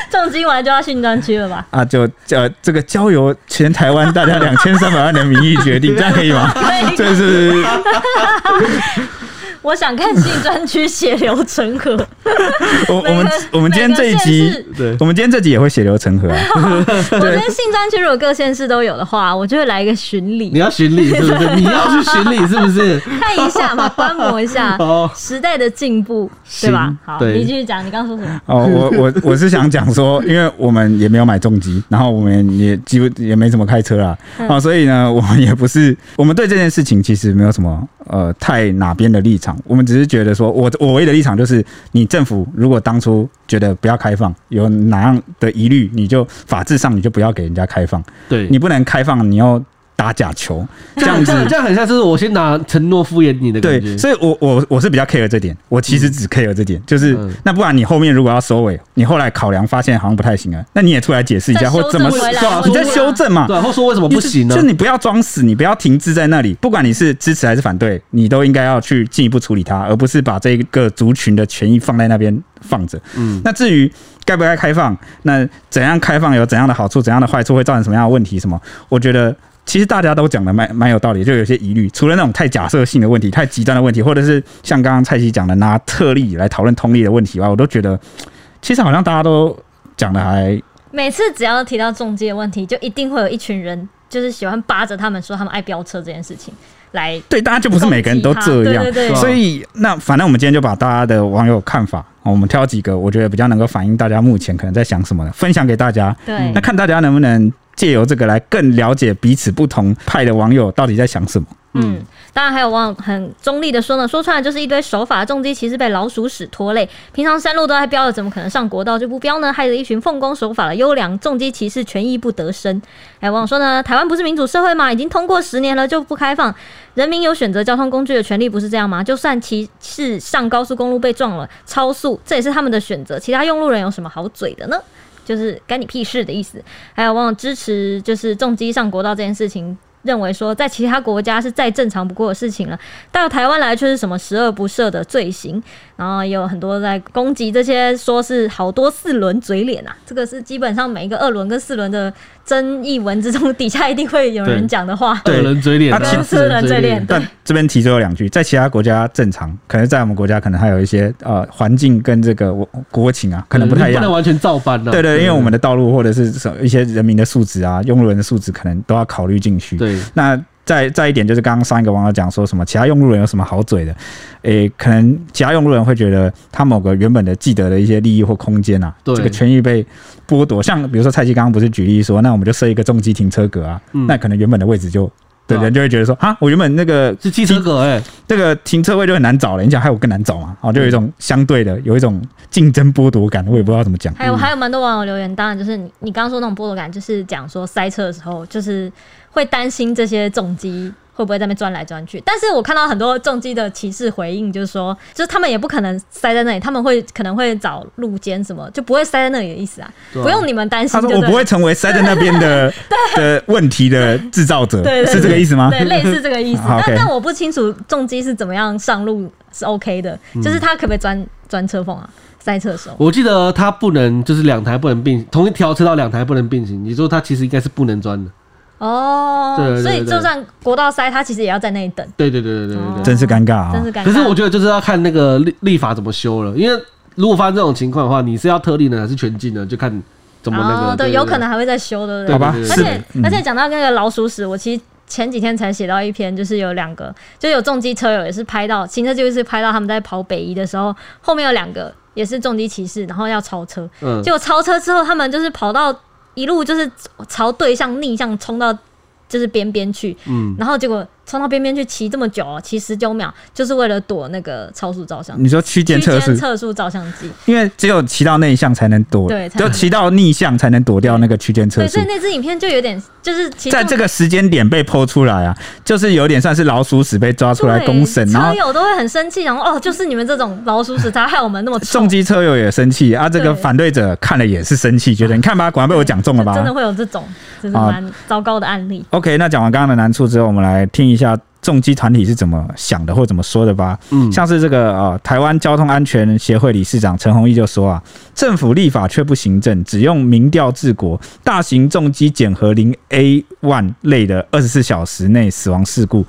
重击完就要性专区了
<laughs>
吧？
啊，就呃，这个交由全台湾大家
<laughs>
两千三百万人民意决定，这样可以吗？
可以
这是
我想看新专区血流成
<laughs>
河。
我我
每
们
个
我们今天这一
每个
集
县市，
对
我们今天这集也会血流成河、啊。
我觉得性专区如果各县市都有的话，我就会来一个巡
你
礼，
要巡礼是不
<laughs>
是？你要去巡礼是不是？
看一下嘛，观摩一下
哦
时代的进步，对吧
嗯
行？
好，
对
你继续讲，你刚刚说什么？
哦，我我我是想讲说，因为我们也没有买重机，然后我们也几乎也没怎么开车啦，哦，所以呢，我们也不是，我们对这件事情其实没有什么呃太哪边的立场，我们只是觉得说，我我唯一的立场就是，你政府如果当初觉得不要开放，有哪样的疑虑，你就法制上你就不要给人家开放，
对，
你不能开放，你要打假球，
这样子， <laughs> 这样很像是我先拿承诺敷衍你的感觉
对，。所以我我我是比较 care 这点，我其实只 care 这点，就是、
嗯
那不然你后面如果要收尾，你后来考量发现好像不太行啊，那你也出来解释一下
再
或
修
怎么
正
回来
对啊
或者
你在修正嘛。
对啊，或说为什么
你
不行呢
就？就你不要装死，你不要停滞在那里。不管你是支持还是反对，你都应该要去进一步处理它，而不是把这个族群的权益放在那边放着。
嗯，
那至于该不该开放，那怎样开放有怎样的好处，怎样的坏处会造成什么样的问题，什么，我觉得。其实大家都讲的蛮蛮有道理，就有些疑虑，除了那种太假设性的问题、太极端的问题，或者是像刚刚蔡奇讲的拿特例来讨论通例的问题外，我都觉得其实好像大家都讲的还
每次只要提到中介问题，就一定会有一群人就是喜欢扒着他们说他们爱飙车这件事情来
对，大家就不是每个人都这样
<laughs> 是
对，对对
吧
所以那反正我们今天就把大家的网友看法，哦我们挑几个我觉得比较能够反映大家目前可能在想什么的，分享给大家。
对
那看大家能不能借由这个来更了解彼此不同派的网友到底在想什么。
嗯，当然还有网友很中立的说呢，说穿了就是一堆守法的重机骑士被老鼠屎拖累，平常山路都在飙了，怎么可能上国道就不飙呢？害得一群奉公守法的优良重机骑士权益不得生。还有网友说呢，台湾不是民主社会吗？已经通过十年了就不开放，人民有选择交通工具的权利，不是这样吗？就算骑士上高速公路被撞了超速，这也是他们的选择，其他用路人有什么好嘴的呢？就是干你屁事的意思。还有网友支持就是重机上国道这件事情，认为说在其他国家是再正常不过的事情了，到台湾来却是什么十恶不赦的罪行。然后也有很多在攻击这些说是好多四轮嘴脸啊，这个是基本上每一个二轮跟四轮的争议文之中底下一定会有人
对
讲的话。
二人嘴脸啊，
啊其
四人嘴脸
但这边提最后两句，在其他国家正常，可能在我们国家可能还有一些呃环境跟这个我国情啊，可能不太一
不能
嗯
样。
完全照搬了。
对对，因为我们
的
的道路或者是什么一些人民的素质啊，用路人的素质，可能都要考虑进去。
对
那再再一点就是，刚刚上一个网友讲说什么其他用路人有什么好嘴的？诶、可能其他用路人会觉得他某个原本的既得的一些利益或空间啊，
对
这个权益被剥夺。像比如说蔡记刚刚不是举例说，那我们就设一个重机停车格啊，
嗯
那可能原本的位置就。
对
的
啊
人就会觉得说啊，我原本那个
是汽车格哎，
这个停车位就很难找了，你讲害我更难找嘛，哦，就有一种相对的，有一种竞争剥夺感，我也不知道怎么讲。
嗯
还有还有蛮多网友留言，当然就是你你刚刚说那种剥夺感，就是讲说塞车的时候，就是会担心这些重机会不会在那边钻来钻去。但是我看到很多重机的骑士回应，就是说，就是他们也不可能塞在那里，他们会可能会找路肩什么，就不会塞在那里的意思啊，
对啊
不用你们担心
他
就对
说我
了。
不会成为塞在那边
<laughs>
的的问题的制造者
对，对
是这个意思吗？
<laughs>
对，类似这个意思。
好
但
OK
但我不清楚重机是怎么样上路是 OK 的，
嗯
就是他可不可以钻钻车缝啊？塞车的时候，
我记得它不能就是两台不能并同一条车道两台不能并行，也就是它其实应该是不能钻的。
哦，
对对
所以
对
就算国道塞，他其实也要在那里等。
对对对对对对
哦
对。
真是尴尬啊！
真是尴尬。
可是我觉得就是要看那个立立法怎么修了，因为如果发生这种情况的话，你是要特例呢还是全禁呢？就看怎么那
哦
个。
对，有可能还会再修，对不对？
好吧，
对
而
是
且、
嗯
而且讲到那个老鼠屎，我其实。前几天才写到一篇，就是有两个，就有重机车友也是拍到，行车记录是拍到他们在跑北移的时候，后面有两个也是重机骑士，然后要超车，
嗯，
结果超车之后，他们就是跑到一路就是朝对向逆向冲到就是边边去，
嗯
然后结果冲到边边去骑这么久、哦，骑十九秒，就是为了躲那个超速照相
你说区间
区
测
间
试，
测速照相机，
因为只有骑到内向才能躲，
对才
就骑到逆向才能躲掉那个区间测
对，
试
所以。那支影片就有点就是骑
在
重
这个时间点被剖出来啊，就是有点算是老鼠屎被抓出来
对
公审，然后
车友都会很生气，然
<laughs>
后哦，就是你们这种老鼠屎才害我们那么臭
重，机车友也生气啊，这个
对
反对者看了也是生气，觉得你看吧，果然被我讲中了
就真的
吧。啊
会有这种，就是蛮糟糕的案例。
OK，那讲完刚刚的难处之后，我们来听一下重机团体是怎么想的或怎么说的吧。
嗯
像是这个呃，台湾交通安全协会理事长陈弘毅就说啊，政府立法却不行政，只用民调治国，大型重机检核零 A one 类的二十四小时内死亡事故。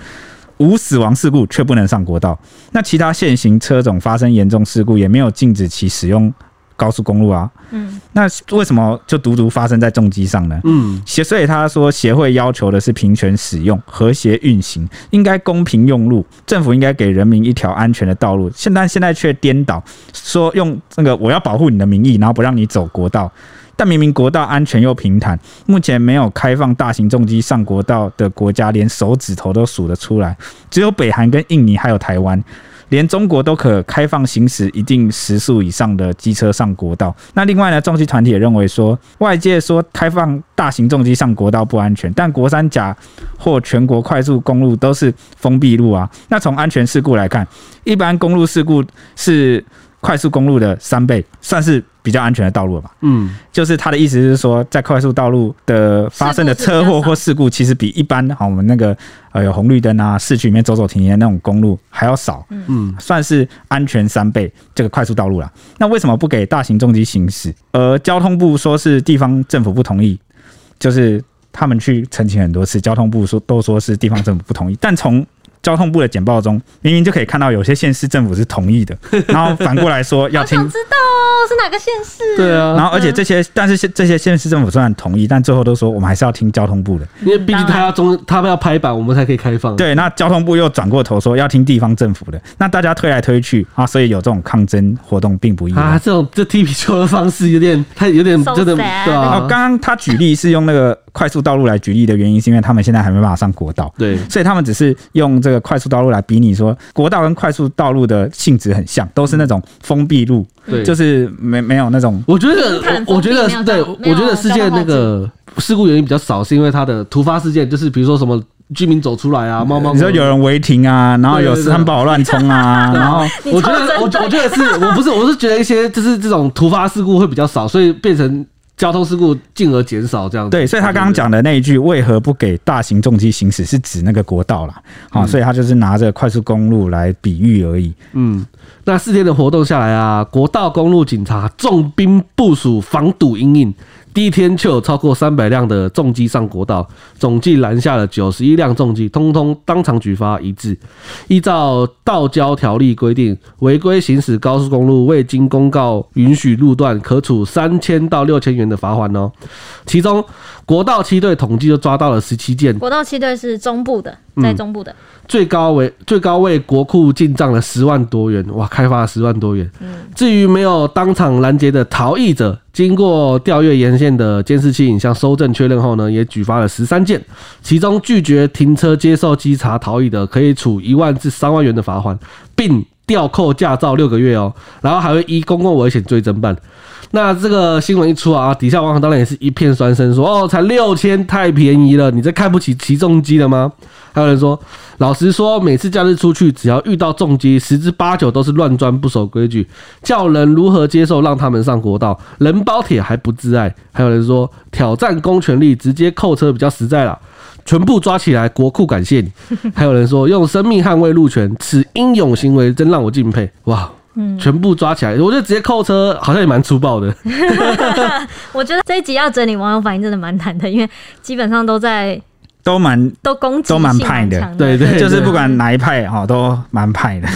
无死亡事故却不能上国道。那其他现行车种发生严重事故，也没有禁止其使用高速公路啊。
嗯，
那为什么就独独发生在重机上呢？
嗯，
协，所以他说协会要求的是平权使用、和谐运行，应该公平用路，政府应该给人民一条安全的道路。现但现在却颠倒，说用那个我要保护你的名义，然后不让你走国道。但明明国道安全又平坦，目前没有开放大型重机上国道的国家，连手指头都数得出来，只有北韩跟印尼还有台湾。连中国都可开放行驶一定时速以上的机车上国道。那另外呢，重机团体也认为说，外界说开放大型重机上国道不安全，但国三甲或全国快速公路都是封闭路啊。那从安全事故来看，一般公路事故是快速公路的三倍，算是比较安全的道路了吧？
嗯，
就是他的意思是说，在快速道路的发生的车祸或事故，其实比一般好我们那个呃有红绿灯啊，市区里面走走停停的那种公路还要少，
嗯，
算是安全三倍这个快速道路啦。那为什么不给大型重机行驶？呃，交通部说是地方政府不同意，就是他们去澄清很多次，交通部说都说是地方政府不同意，但从交通部的简报中，明明就可以看到有些县市政府是同意的，然后反过来说要
好
听
想知道哦，是哪个县市？
对啊，
然后，而且这些，但是现这些县市政府虽然同意，但最后都说我们还是要听交通部的。
因为毕竟他要中，他们要拍板，我们才可以开放。，
对，那交通部又转过头说要听地方政府的，那大家推来推去啊，所以有这种抗争活动并不意
啊，
外。
这种这踢皮球的方式有点，他有点
So
真的
sad
对
哦，
啊
刚，刚他举例是用那个快速道路来举例的原因，是因为他们现在还没办法上国道，
对，
所以他们只是用这个快速道路来比拟说，国道跟快速道路的性质很像，都是那种封闭路，
对
就是没没有那种
我觉
平
得，
坦
我我
封闭
觉得
没有
对，
交没有
我觉得事件那个事故原因比较少，是因为它的突发事件，就是比如说什么居民走出来啊，猫猫。
嗯你说有人违停啊，然后有
对对对
三宝乱冲
<laughs>
啊，然后
你
我觉
超
得，
针
我
对
我觉得是我不是，我是觉得一些就是这种突发事故会比较少，所以变成交通事故进而减少这样子。
对，所以他刚刚讲的那一句“为何不给大型重机行驶”是指那个国道啦。好、所以他就是拿着快速公路来比喻而已。
嗯，那四天的活动下来啊，国道公路警察重兵部署防堵阴影。第一天就有超过三百辆的重机上国道，总计拦下了九十一辆重机，通通当场举发一致。依照道交条例规定，违规行驶高速公路未经公告允许路段，可处三千到六千元的罚款哦。其中，国道七队统计就抓到了十七件
国道七队是中部的，
嗯
在中部的，
最高为最高为国库进账了十万多元，哇，开发了十万多元。至于没有当场拦截的逃逸者，经过调阅沿线的监视器影像搜证确认后呢，也举发了十三件，其中拒绝停车接受稽查逃逸的，可以处一万至三万元的罚款，并吊扣驾照六个月哦，然后还会依公共危险罪侦办。那这个新闻一出啊，底下网友当然也是一片酸声，说哦，才六千，太便宜了，你这看不起起重机了吗？还有人说，老实说，每次假日出去，只要遇到重机，十之八九都是乱钻不守规矩，叫人如何接受让他们上国道？人包铁还不自爱。还有人说，挑战公权力，直接扣车比较实在啦。全部抓起来，国库感谢你。 <laughs> 还有人说，用生命捍卫路权，此英勇行为真让我敬佩。哇！
嗯
全部抓起来，我觉得直接扣车好像也蛮粗暴
<laughs>
的。
我觉得这一集要整理网友反应真的蛮难的，因为基本上都在
都蛮，
都攻击
都蛮
性
派的
强
对对
就是不管哪一派哈、都蛮派的。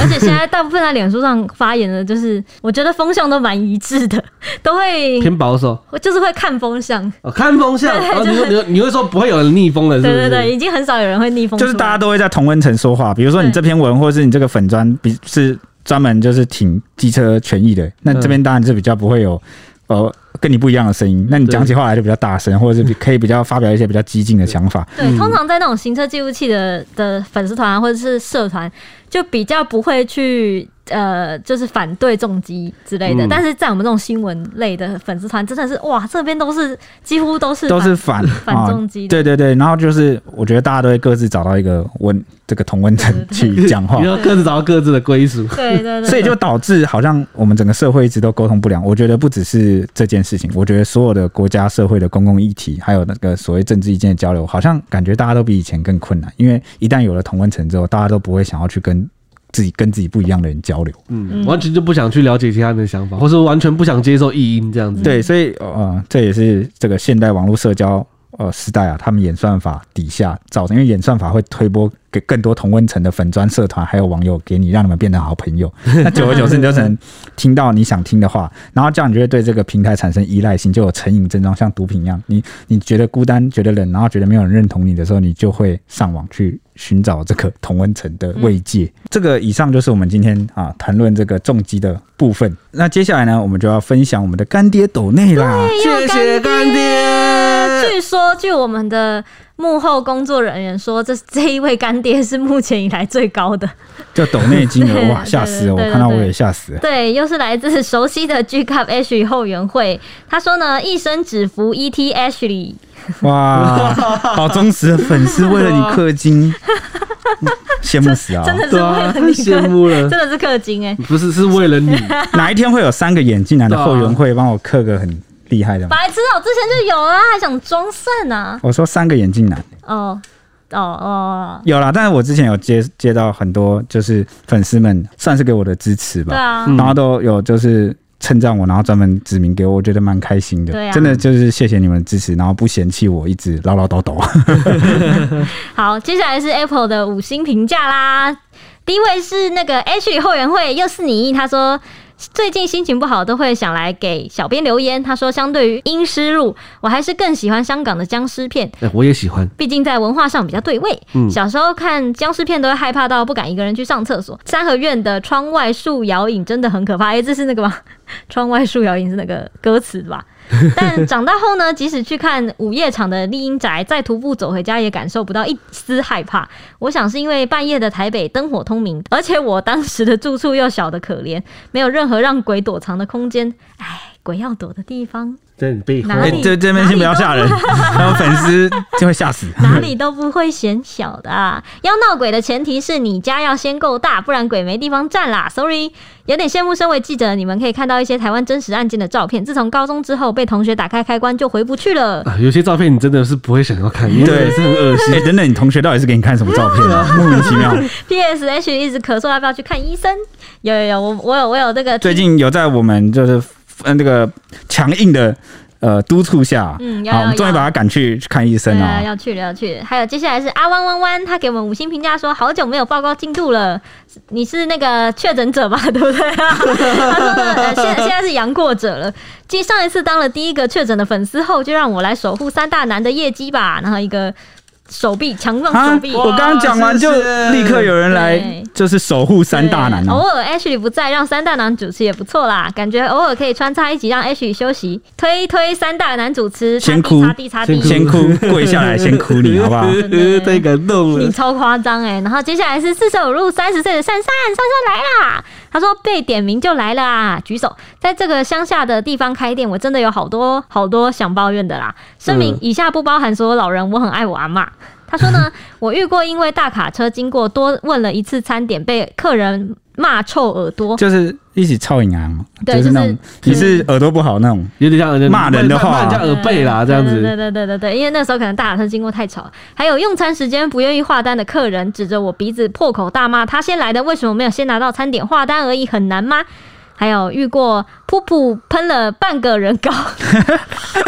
而且现
<laughs>
在大部分在脸书上发言的，就是我觉得风向都蛮一致的，都会
偏保守，
我就是会看风向。
哦、看风
<laughs>
向。
对
哦、
就
你
是
会你会你会说不会有人逆风了，是不
对
是？
对对，已经很少有人会逆风出来，
就是大家都会在同温层说话，比如说你
对
这篇文，或是你这个粉砖，比是专门就是挺机车权益的，那这边当然就比较不会有呃跟你不一样的声音，那你讲起话来就比较大声，或者是比可以比较发表一些比较激进的想法。
对，通常在那种行车记录器的的粉丝团啊或者是社团，就比较不会去呃，就是反对重击之类的。
嗯
但是在我们这种新闻类的粉丝团，真的是哇，这边都是几乎都是
都是反
反
啊
重击的
对对对，然后就是我觉得大家都会各自找到一个温这个同温层去讲
<laughs>
话
<laughs> 你，要各自找到各自的归属。
<laughs> 对对对，
所以就导致好像我们整个社会一直都沟通不良。我觉得不只是这件事情，我觉得所有的国家社会的公共议题，还有那个所谓政治意见的交流，好像感觉大家都比以前更困难，因为一旦有了同温层之后，大家都不会想要去跟自己跟自己不一样的人交流。
嗯，完全就不想去了解其他人的想法，或是完全不想接受异音这样子。嗯
哦对，所以呃，这也是这个现代网络社交呃斯黛亚他们演算法底下造成，因为演算法会推播给更多同温层的粉砖社团还有网友给你，让你们变成好朋友。那久而久之，你就只能听到你想听的话，然后这样你就会对这个平台产生依赖性，就有成瘾症状，像毒品一样。你你觉得孤单、觉得冷，然后觉得没有人认同你的时候，你就会上网去寻找这个同温层的慰藉。这个以上就是我们今天啊谈论这个重击的部分。那接下来呢，我们就要分享我们的干爹抖内啦。
谢谢干爹。
<laughs> 据说，据我们的幕后工作人员说，这这一位干爹是目前以来最高的。 <laughs>
就抖内金额，哇，
对
吓死了！我
对对
看到我
对
也吓死了。
对，又是来自熟悉的 G Cup H 后援会。他说呢，一生只服 E ET H 里，
哇，好忠实的粉丝，为了你氪金，羡慕死啊！
<laughs> 真的是
对
为了
啊，
你
太
氪
羡慕了
<laughs> 真。的是氪金哎、
不是，是为
<laughs>
了你。
哪一天会有三个眼镜男的后援会帮我刻个很厉
<laughs>
害的吗？
白痴哦、之前就有啊，还想装蒜啊？
我说三个眼镜男
哦哦哦，
有啦，但是我之前有接接到很多就是粉丝们算是给我的支持
对
吧，
啊，
嗯
然后都有就是称赞我，然后专门指名给我，我觉得蛮开心的
对，啊
真的就是谢谢你们的支持，然后不嫌弃我一直唠唠叨叨。
好，接下来是 Apple 的五星评价啦。第一位是那个 H 里后援会，又是你，他说。最近心情不好，都会想来给小编留言。他说，相对于《阴尸路》，我还是更喜欢香港的僵尸片，
哎我也喜欢。
毕竟在文化上比较对味。
嗯
小时候看僵尸片都会害怕到不敢一个人去上厕所。三合院的窗外树摇影真的很可怕，哎诶，这是那个吧？ <laughs> 窗外树摇影是那个歌词吧？但长大后呢，即使去看午夜场的丽英宅，再徒步走回家也感受不到一丝害怕。我想是因为半夜的台北灯火通明，而且我当时的住处又小的可怜，没有任何让鬼躲藏的空间。哎，鬼要躲的地方
真背
哪里
哎这这边先不要吓
<laughs>
人，然后粉丝就会吓死。 <laughs>
哪里都不会嫌小的、啊。要闹鬼的前提是你家要先够大，不然鬼没地方站啦。Sorry，有点羡慕身为记者的你们可以看到一些台湾真实案件的照片。自从高中之后，被同学打开开关就回不去
<laughs>
了。
啊，有些照片你真的是不会想要看，因为真的是很恶心。
哎、等等，你同学到底是给你看什么照片
<laughs>
啊？莫名其妙。
P.S. H 一直咳嗽，要不要去看医生？有有有，我我有我有这个
最近有在我们就是呃那个强硬的呃督促下，
嗯要
好，
要
我们终于
要
把他赶去去看医生
对啊，
了。
要去了，要去了。还有接下来是阿弯弯弯，他给我们五星评价说，好久没有报告进度了。你是那个确诊者吧？ <laughs> 对不对？他说呢，呃现
<laughs>
现在是阳过者了。继上一次当了第一个确诊的粉丝后，就让我来守护三大男的业绩吧。然后一个手臂强壮手臂，
啊我刚刚讲完就立刻有人来
啊对，
就是守护三大男
对
哦、
偶尔 H 里不在，让三大男主持也不错啦。感觉偶尔可以穿插一集，让 H 里休息，推一推三大男主持，擦
先
地
哭
擦地擦地，
先哭跪下来先哭你好
<laughs>
不好
太感动
你
了。
超夸张哎！然后接下来是四舍五入三十岁的珊珊，珊珊来啦！她说被点名就来了啊，举手。在这个乡下的地方开店，我真的有好多好多想抱怨的啦。声明
嗯
以下不包含所有老人，我很爱我阿嬷。她
<laughs>
说呢，我遇过因为大卡车经过，多问了一次餐点，被客人骂臭耳朵。
就是一起操你啊，
对
就是那
就
种
是嗯
你是耳朵不好那种，
有点像
骂人的话
骂人家耳呃背啦，这样
对对
子。
对对对对，因为那时候可能大卡车经过太吵，还有用餐时间不愿意划单的客人指着我鼻子破口大骂，他先来的为什么没有先拿到餐点划单而已，很难吗？还有遇过噗噗喷了半个人高，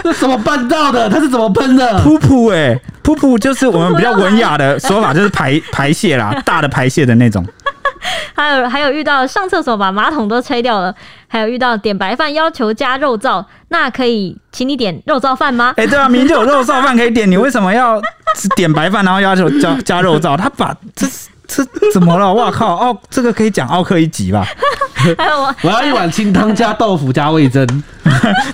这怎么办到的？他是怎么喷
嗯
的？
<laughs>
噗噗哎、噗噗就是我们比较文雅的说法，就是排排泄啦，
<laughs>
大的排泄的那种。
<laughs> 还有还有遇到上厕所把马桶都吹掉了，还有遇到点白饭要求加肉燥，那可以请你点肉燥饭吗？ <laughs>
哎、对啊，明明就有肉燥饭可以点，你为什么要只点白饭，然后要求加加肉燥？他把这这怎么了？哇靠！奥这个可以讲奥克一集吧？
还有我
我要一碗清汤加豆腐加味噌。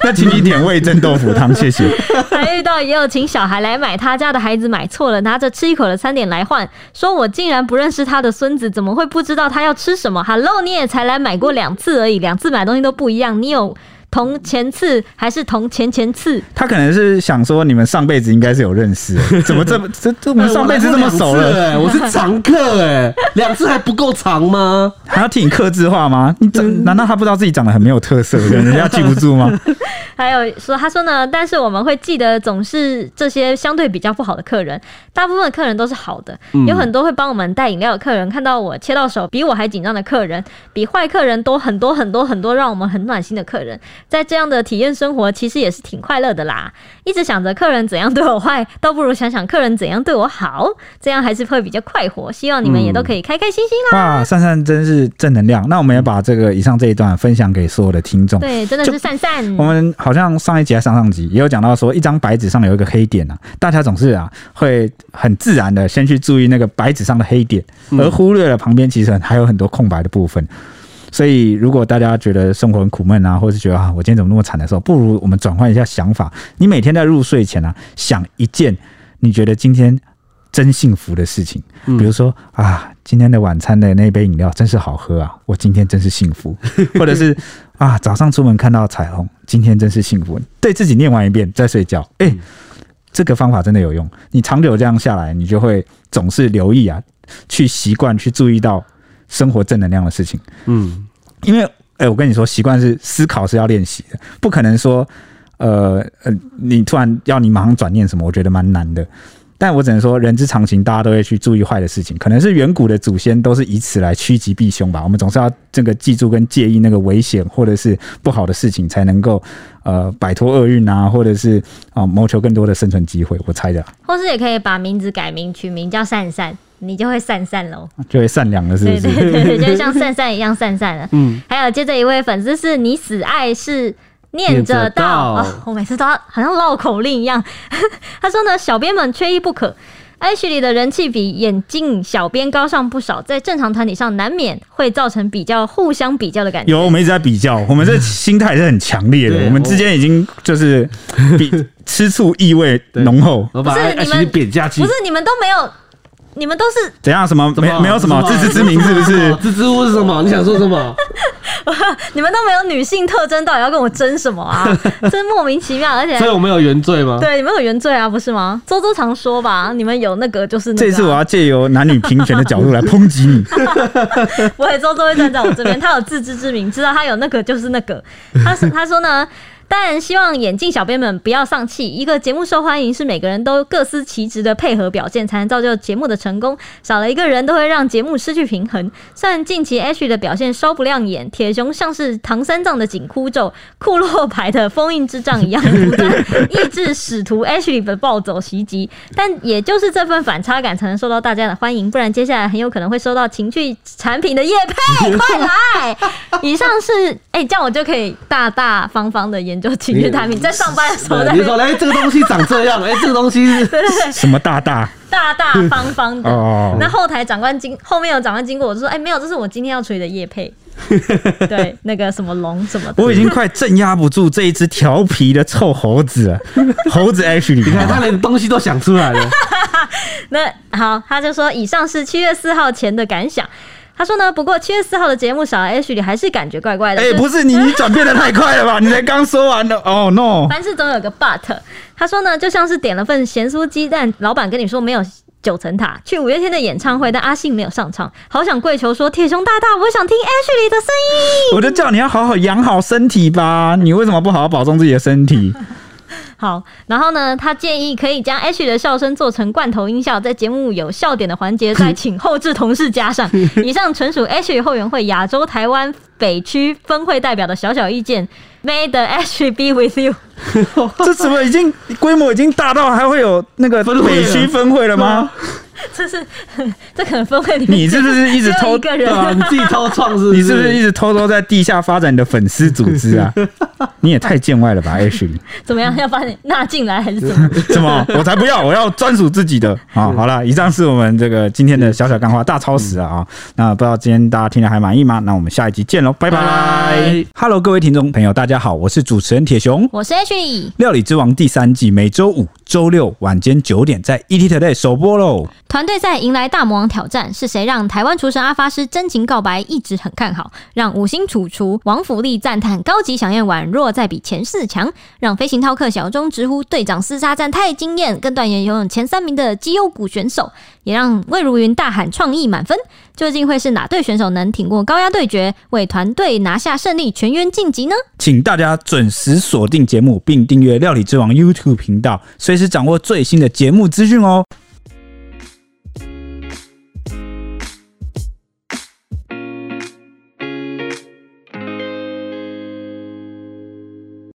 那请你点味噌豆腐汤，谢谢。
还遇到也有请小孩来买，他家的孩子买错了，拿着吃一口的餐点来换，说我竟然不认识他的孙子，怎么会不知道他要吃什么？Hello，你也才来买过两次而已，两次买东西都不一样，你有同前次还是同前前次？
他可能是想说你们上辈子应该是有认识， <laughs> 怎么这么这呃这我们上辈子这么熟了，
哎，我是常客哎，两次还不够长吗？
还要替你克制化吗？你怎难道他不知道自己长得很没有特色，人家记不住 <laughs> 吗？
还有说，他说呢，但是我们会记得总是这些相对比较不好的客人，大部分客人都是好的，有很多会帮我们带饮料的客人，看到我切到手比我还紧张的客人，比坏客人多很多很多很多，让我们很暖心的客人。在这样的体验生活，其实也是挺快乐的啦。一直想着客人怎样对我坏，倒不如想想客人怎样对我好，这样还是会比较快活。希望你们也都可以开开心心啦。
哇，善善真是正能量。那我们也把这个以上这一段分享给所有的听众。
对，真的
就是哦
善善。
嗯
我们好像上一集还上上集也有讲到说，一张白纸上有一个黑点啊，大家总是啊会很自然的先去注意那个白纸上的黑点，
嗯
而忽略了旁边其实还有很多空白的部分。所以，如果大家觉得生活很苦闷啊，或是觉得啊我今天怎么那么惨的时候，不如我们转换一下想法。你每天在入睡前啊，想一件你觉得今天真幸福的事情，
嗯
比如说啊，今天的晚餐的那杯饮料真是好喝啊，我今天真是幸
<laughs>
福，或者是啊，早上出门看到彩虹，今天真是幸福。对自己念完一遍再睡觉，哎、
嗯
这个方法真的有用。你长久这样下来，你就会总是留意啊，去习惯去注意到生活正能量的事情。
嗯，
因为哎、我跟你说，习惯是思考是要练习的，不可能说呃呃，你突然要你马上转念什么，我觉得蛮难的。但我只能说，人之常情，大家都会去注意坏的事情，可能是远古的祖先都是以此来趋吉避凶吧。我们总是要这个记住跟介意那个危险或者是不好的事情，才能够呃摆脱厄运啊，或者是啊、谋求更多的生存机会。我猜的啊，
或是也可以把名字改名，取名叫善善，你就会善善喽。
就会善良了，是不
对
是？
对对对，就像善善一样善善了。
嗯，
还有接着一位粉丝是你死爱是。念
念
着
着
道、
道
哦，我每次都要好像绕口令一样。他说呢，小编们缺一不可。H 里的人气比眼镜小编高上不少，在正常团体上难免会造成比较互相比较的感觉。
有，我们一直在比较，我们这心态是很强烈的，
对
我们之间已经就是
<laughs>
比吃醋意味浓厚。
我把
不是你
H D 哎
们
贬下去
不是，你们都没有，你们都是
怎样？什么
怎
没
么
没有什么
什
自
么
知之明，是不是
哦？支支吾是什么？你想说什么？
你们都没有女性特征，到底要跟我争什么啊？真莫名其妙，而且
所以我们有原罪吗？
对你们有原罪啊，不是吗？周周常说吧，你们有那个就是那个、啊。
这一次我要借由男女平权的角度来抨击你。
<laughs> 我也周周会站在我这边，他有自知之明，知道他有那个就是那个。他是他说呢， <laughs> 但希望眼镜小编们不要丧气。一个节目受欢迎是每个人都各司其职的配合表现，才能造就节目的成功。少了一个人都会让节目失去平衡。虽然近期 H 的表现稍不亮眼，铁熊像是唐三藏的紧箍咒、库洛牌的封印之杖一样，不断抑制使徒 H 的暴走袭击。但也就是这份反差感才能受到大家的欢迎，不然接下来很有可能会收到情趣产品的业配，快来！以上是哎、这样我就可以大大方方的研究情趣产品，在上班的时候在
对
那
你
边
说，哎，这个东西长这样，哎，这个东西是
什么大大
大大方方的。
哦
那后台长官经后面有长官经过，我就说：“哎、没有，这是我今天要处理的业配。”对，那个什么龙什么的，
我已经快镇压不住这一只调皮的臭猴子了，猴子 H 里
你看他连东西都想出来了，
那好，他就说以上是七月四号前的感想。他说呢，不过七月四号的节目少了 H 里还是感觉怪怪的。
哎，
就是
不是你，你转变的太快了吧？你才刚说完的，哦 no！
凡事总有个 but。他说呢，就像是点了份咸酥鸡，但老板跟你说没有九层塔，去五月天的演唱会，但阿信没有上场，好想跪求说铁熊大大，我想听 Ashley 的声音。
我就叫你要好好养好身体吧，你为什么不好好保重自己的身体？
好，然后呢，他建议可以将 H 的笑声做成罐头音效，在节目有笑点的环节再请后置同事加上。以上纯属 H 后援会亚洲台湾北区分会代表的小小意见。May the H be with you。
<laughs> 这怎么已经规模已经大到还会有那个
分会了啊
北区分会了吗？
这是 <laughs> 这可能分会里面
<laughs> 你是不是一
只
直
有
偷
一？个
对
人？
啊，你自己偷创是？
你是不是一？直偷偷在地下发展你的粉丝组织
<laughs>
啊？你也太见外了吧，H！
怎么样？要把你纳进来还是怎么？
什么？我才不要！我要专属自己的啊！好了，以上是我们这个今天的小小干话大超时啊啊！那不知道今天大家听得还满意吗？那我们下一集见喽，拜拜
嗯拜
！Hello，各位听众朋友，大家好，我是主持人铁熊。
我是 H 里，
料理之王第三季每周五、周六晚间九点在 ET Today 首播喽！
团队赛迎来大魔王挑战，是谁让台湾厨神阿发师真情告白一直很看好，让五星主厨王福利赞叹高级响宴宛若在比前四强，让飞行饕客小钟直呼队长厮杀战太惊艳，更断言拥有前三名的绩优股选手，也让魏如云大喊创意满分。究竟会是哪队选手能挺过高压对决，为团队拿下胜利，全员晋级呢？
请大家准时锁定节目，并订阅料理之王 YouTube 频道，随时掌握最新的节目资讯哦！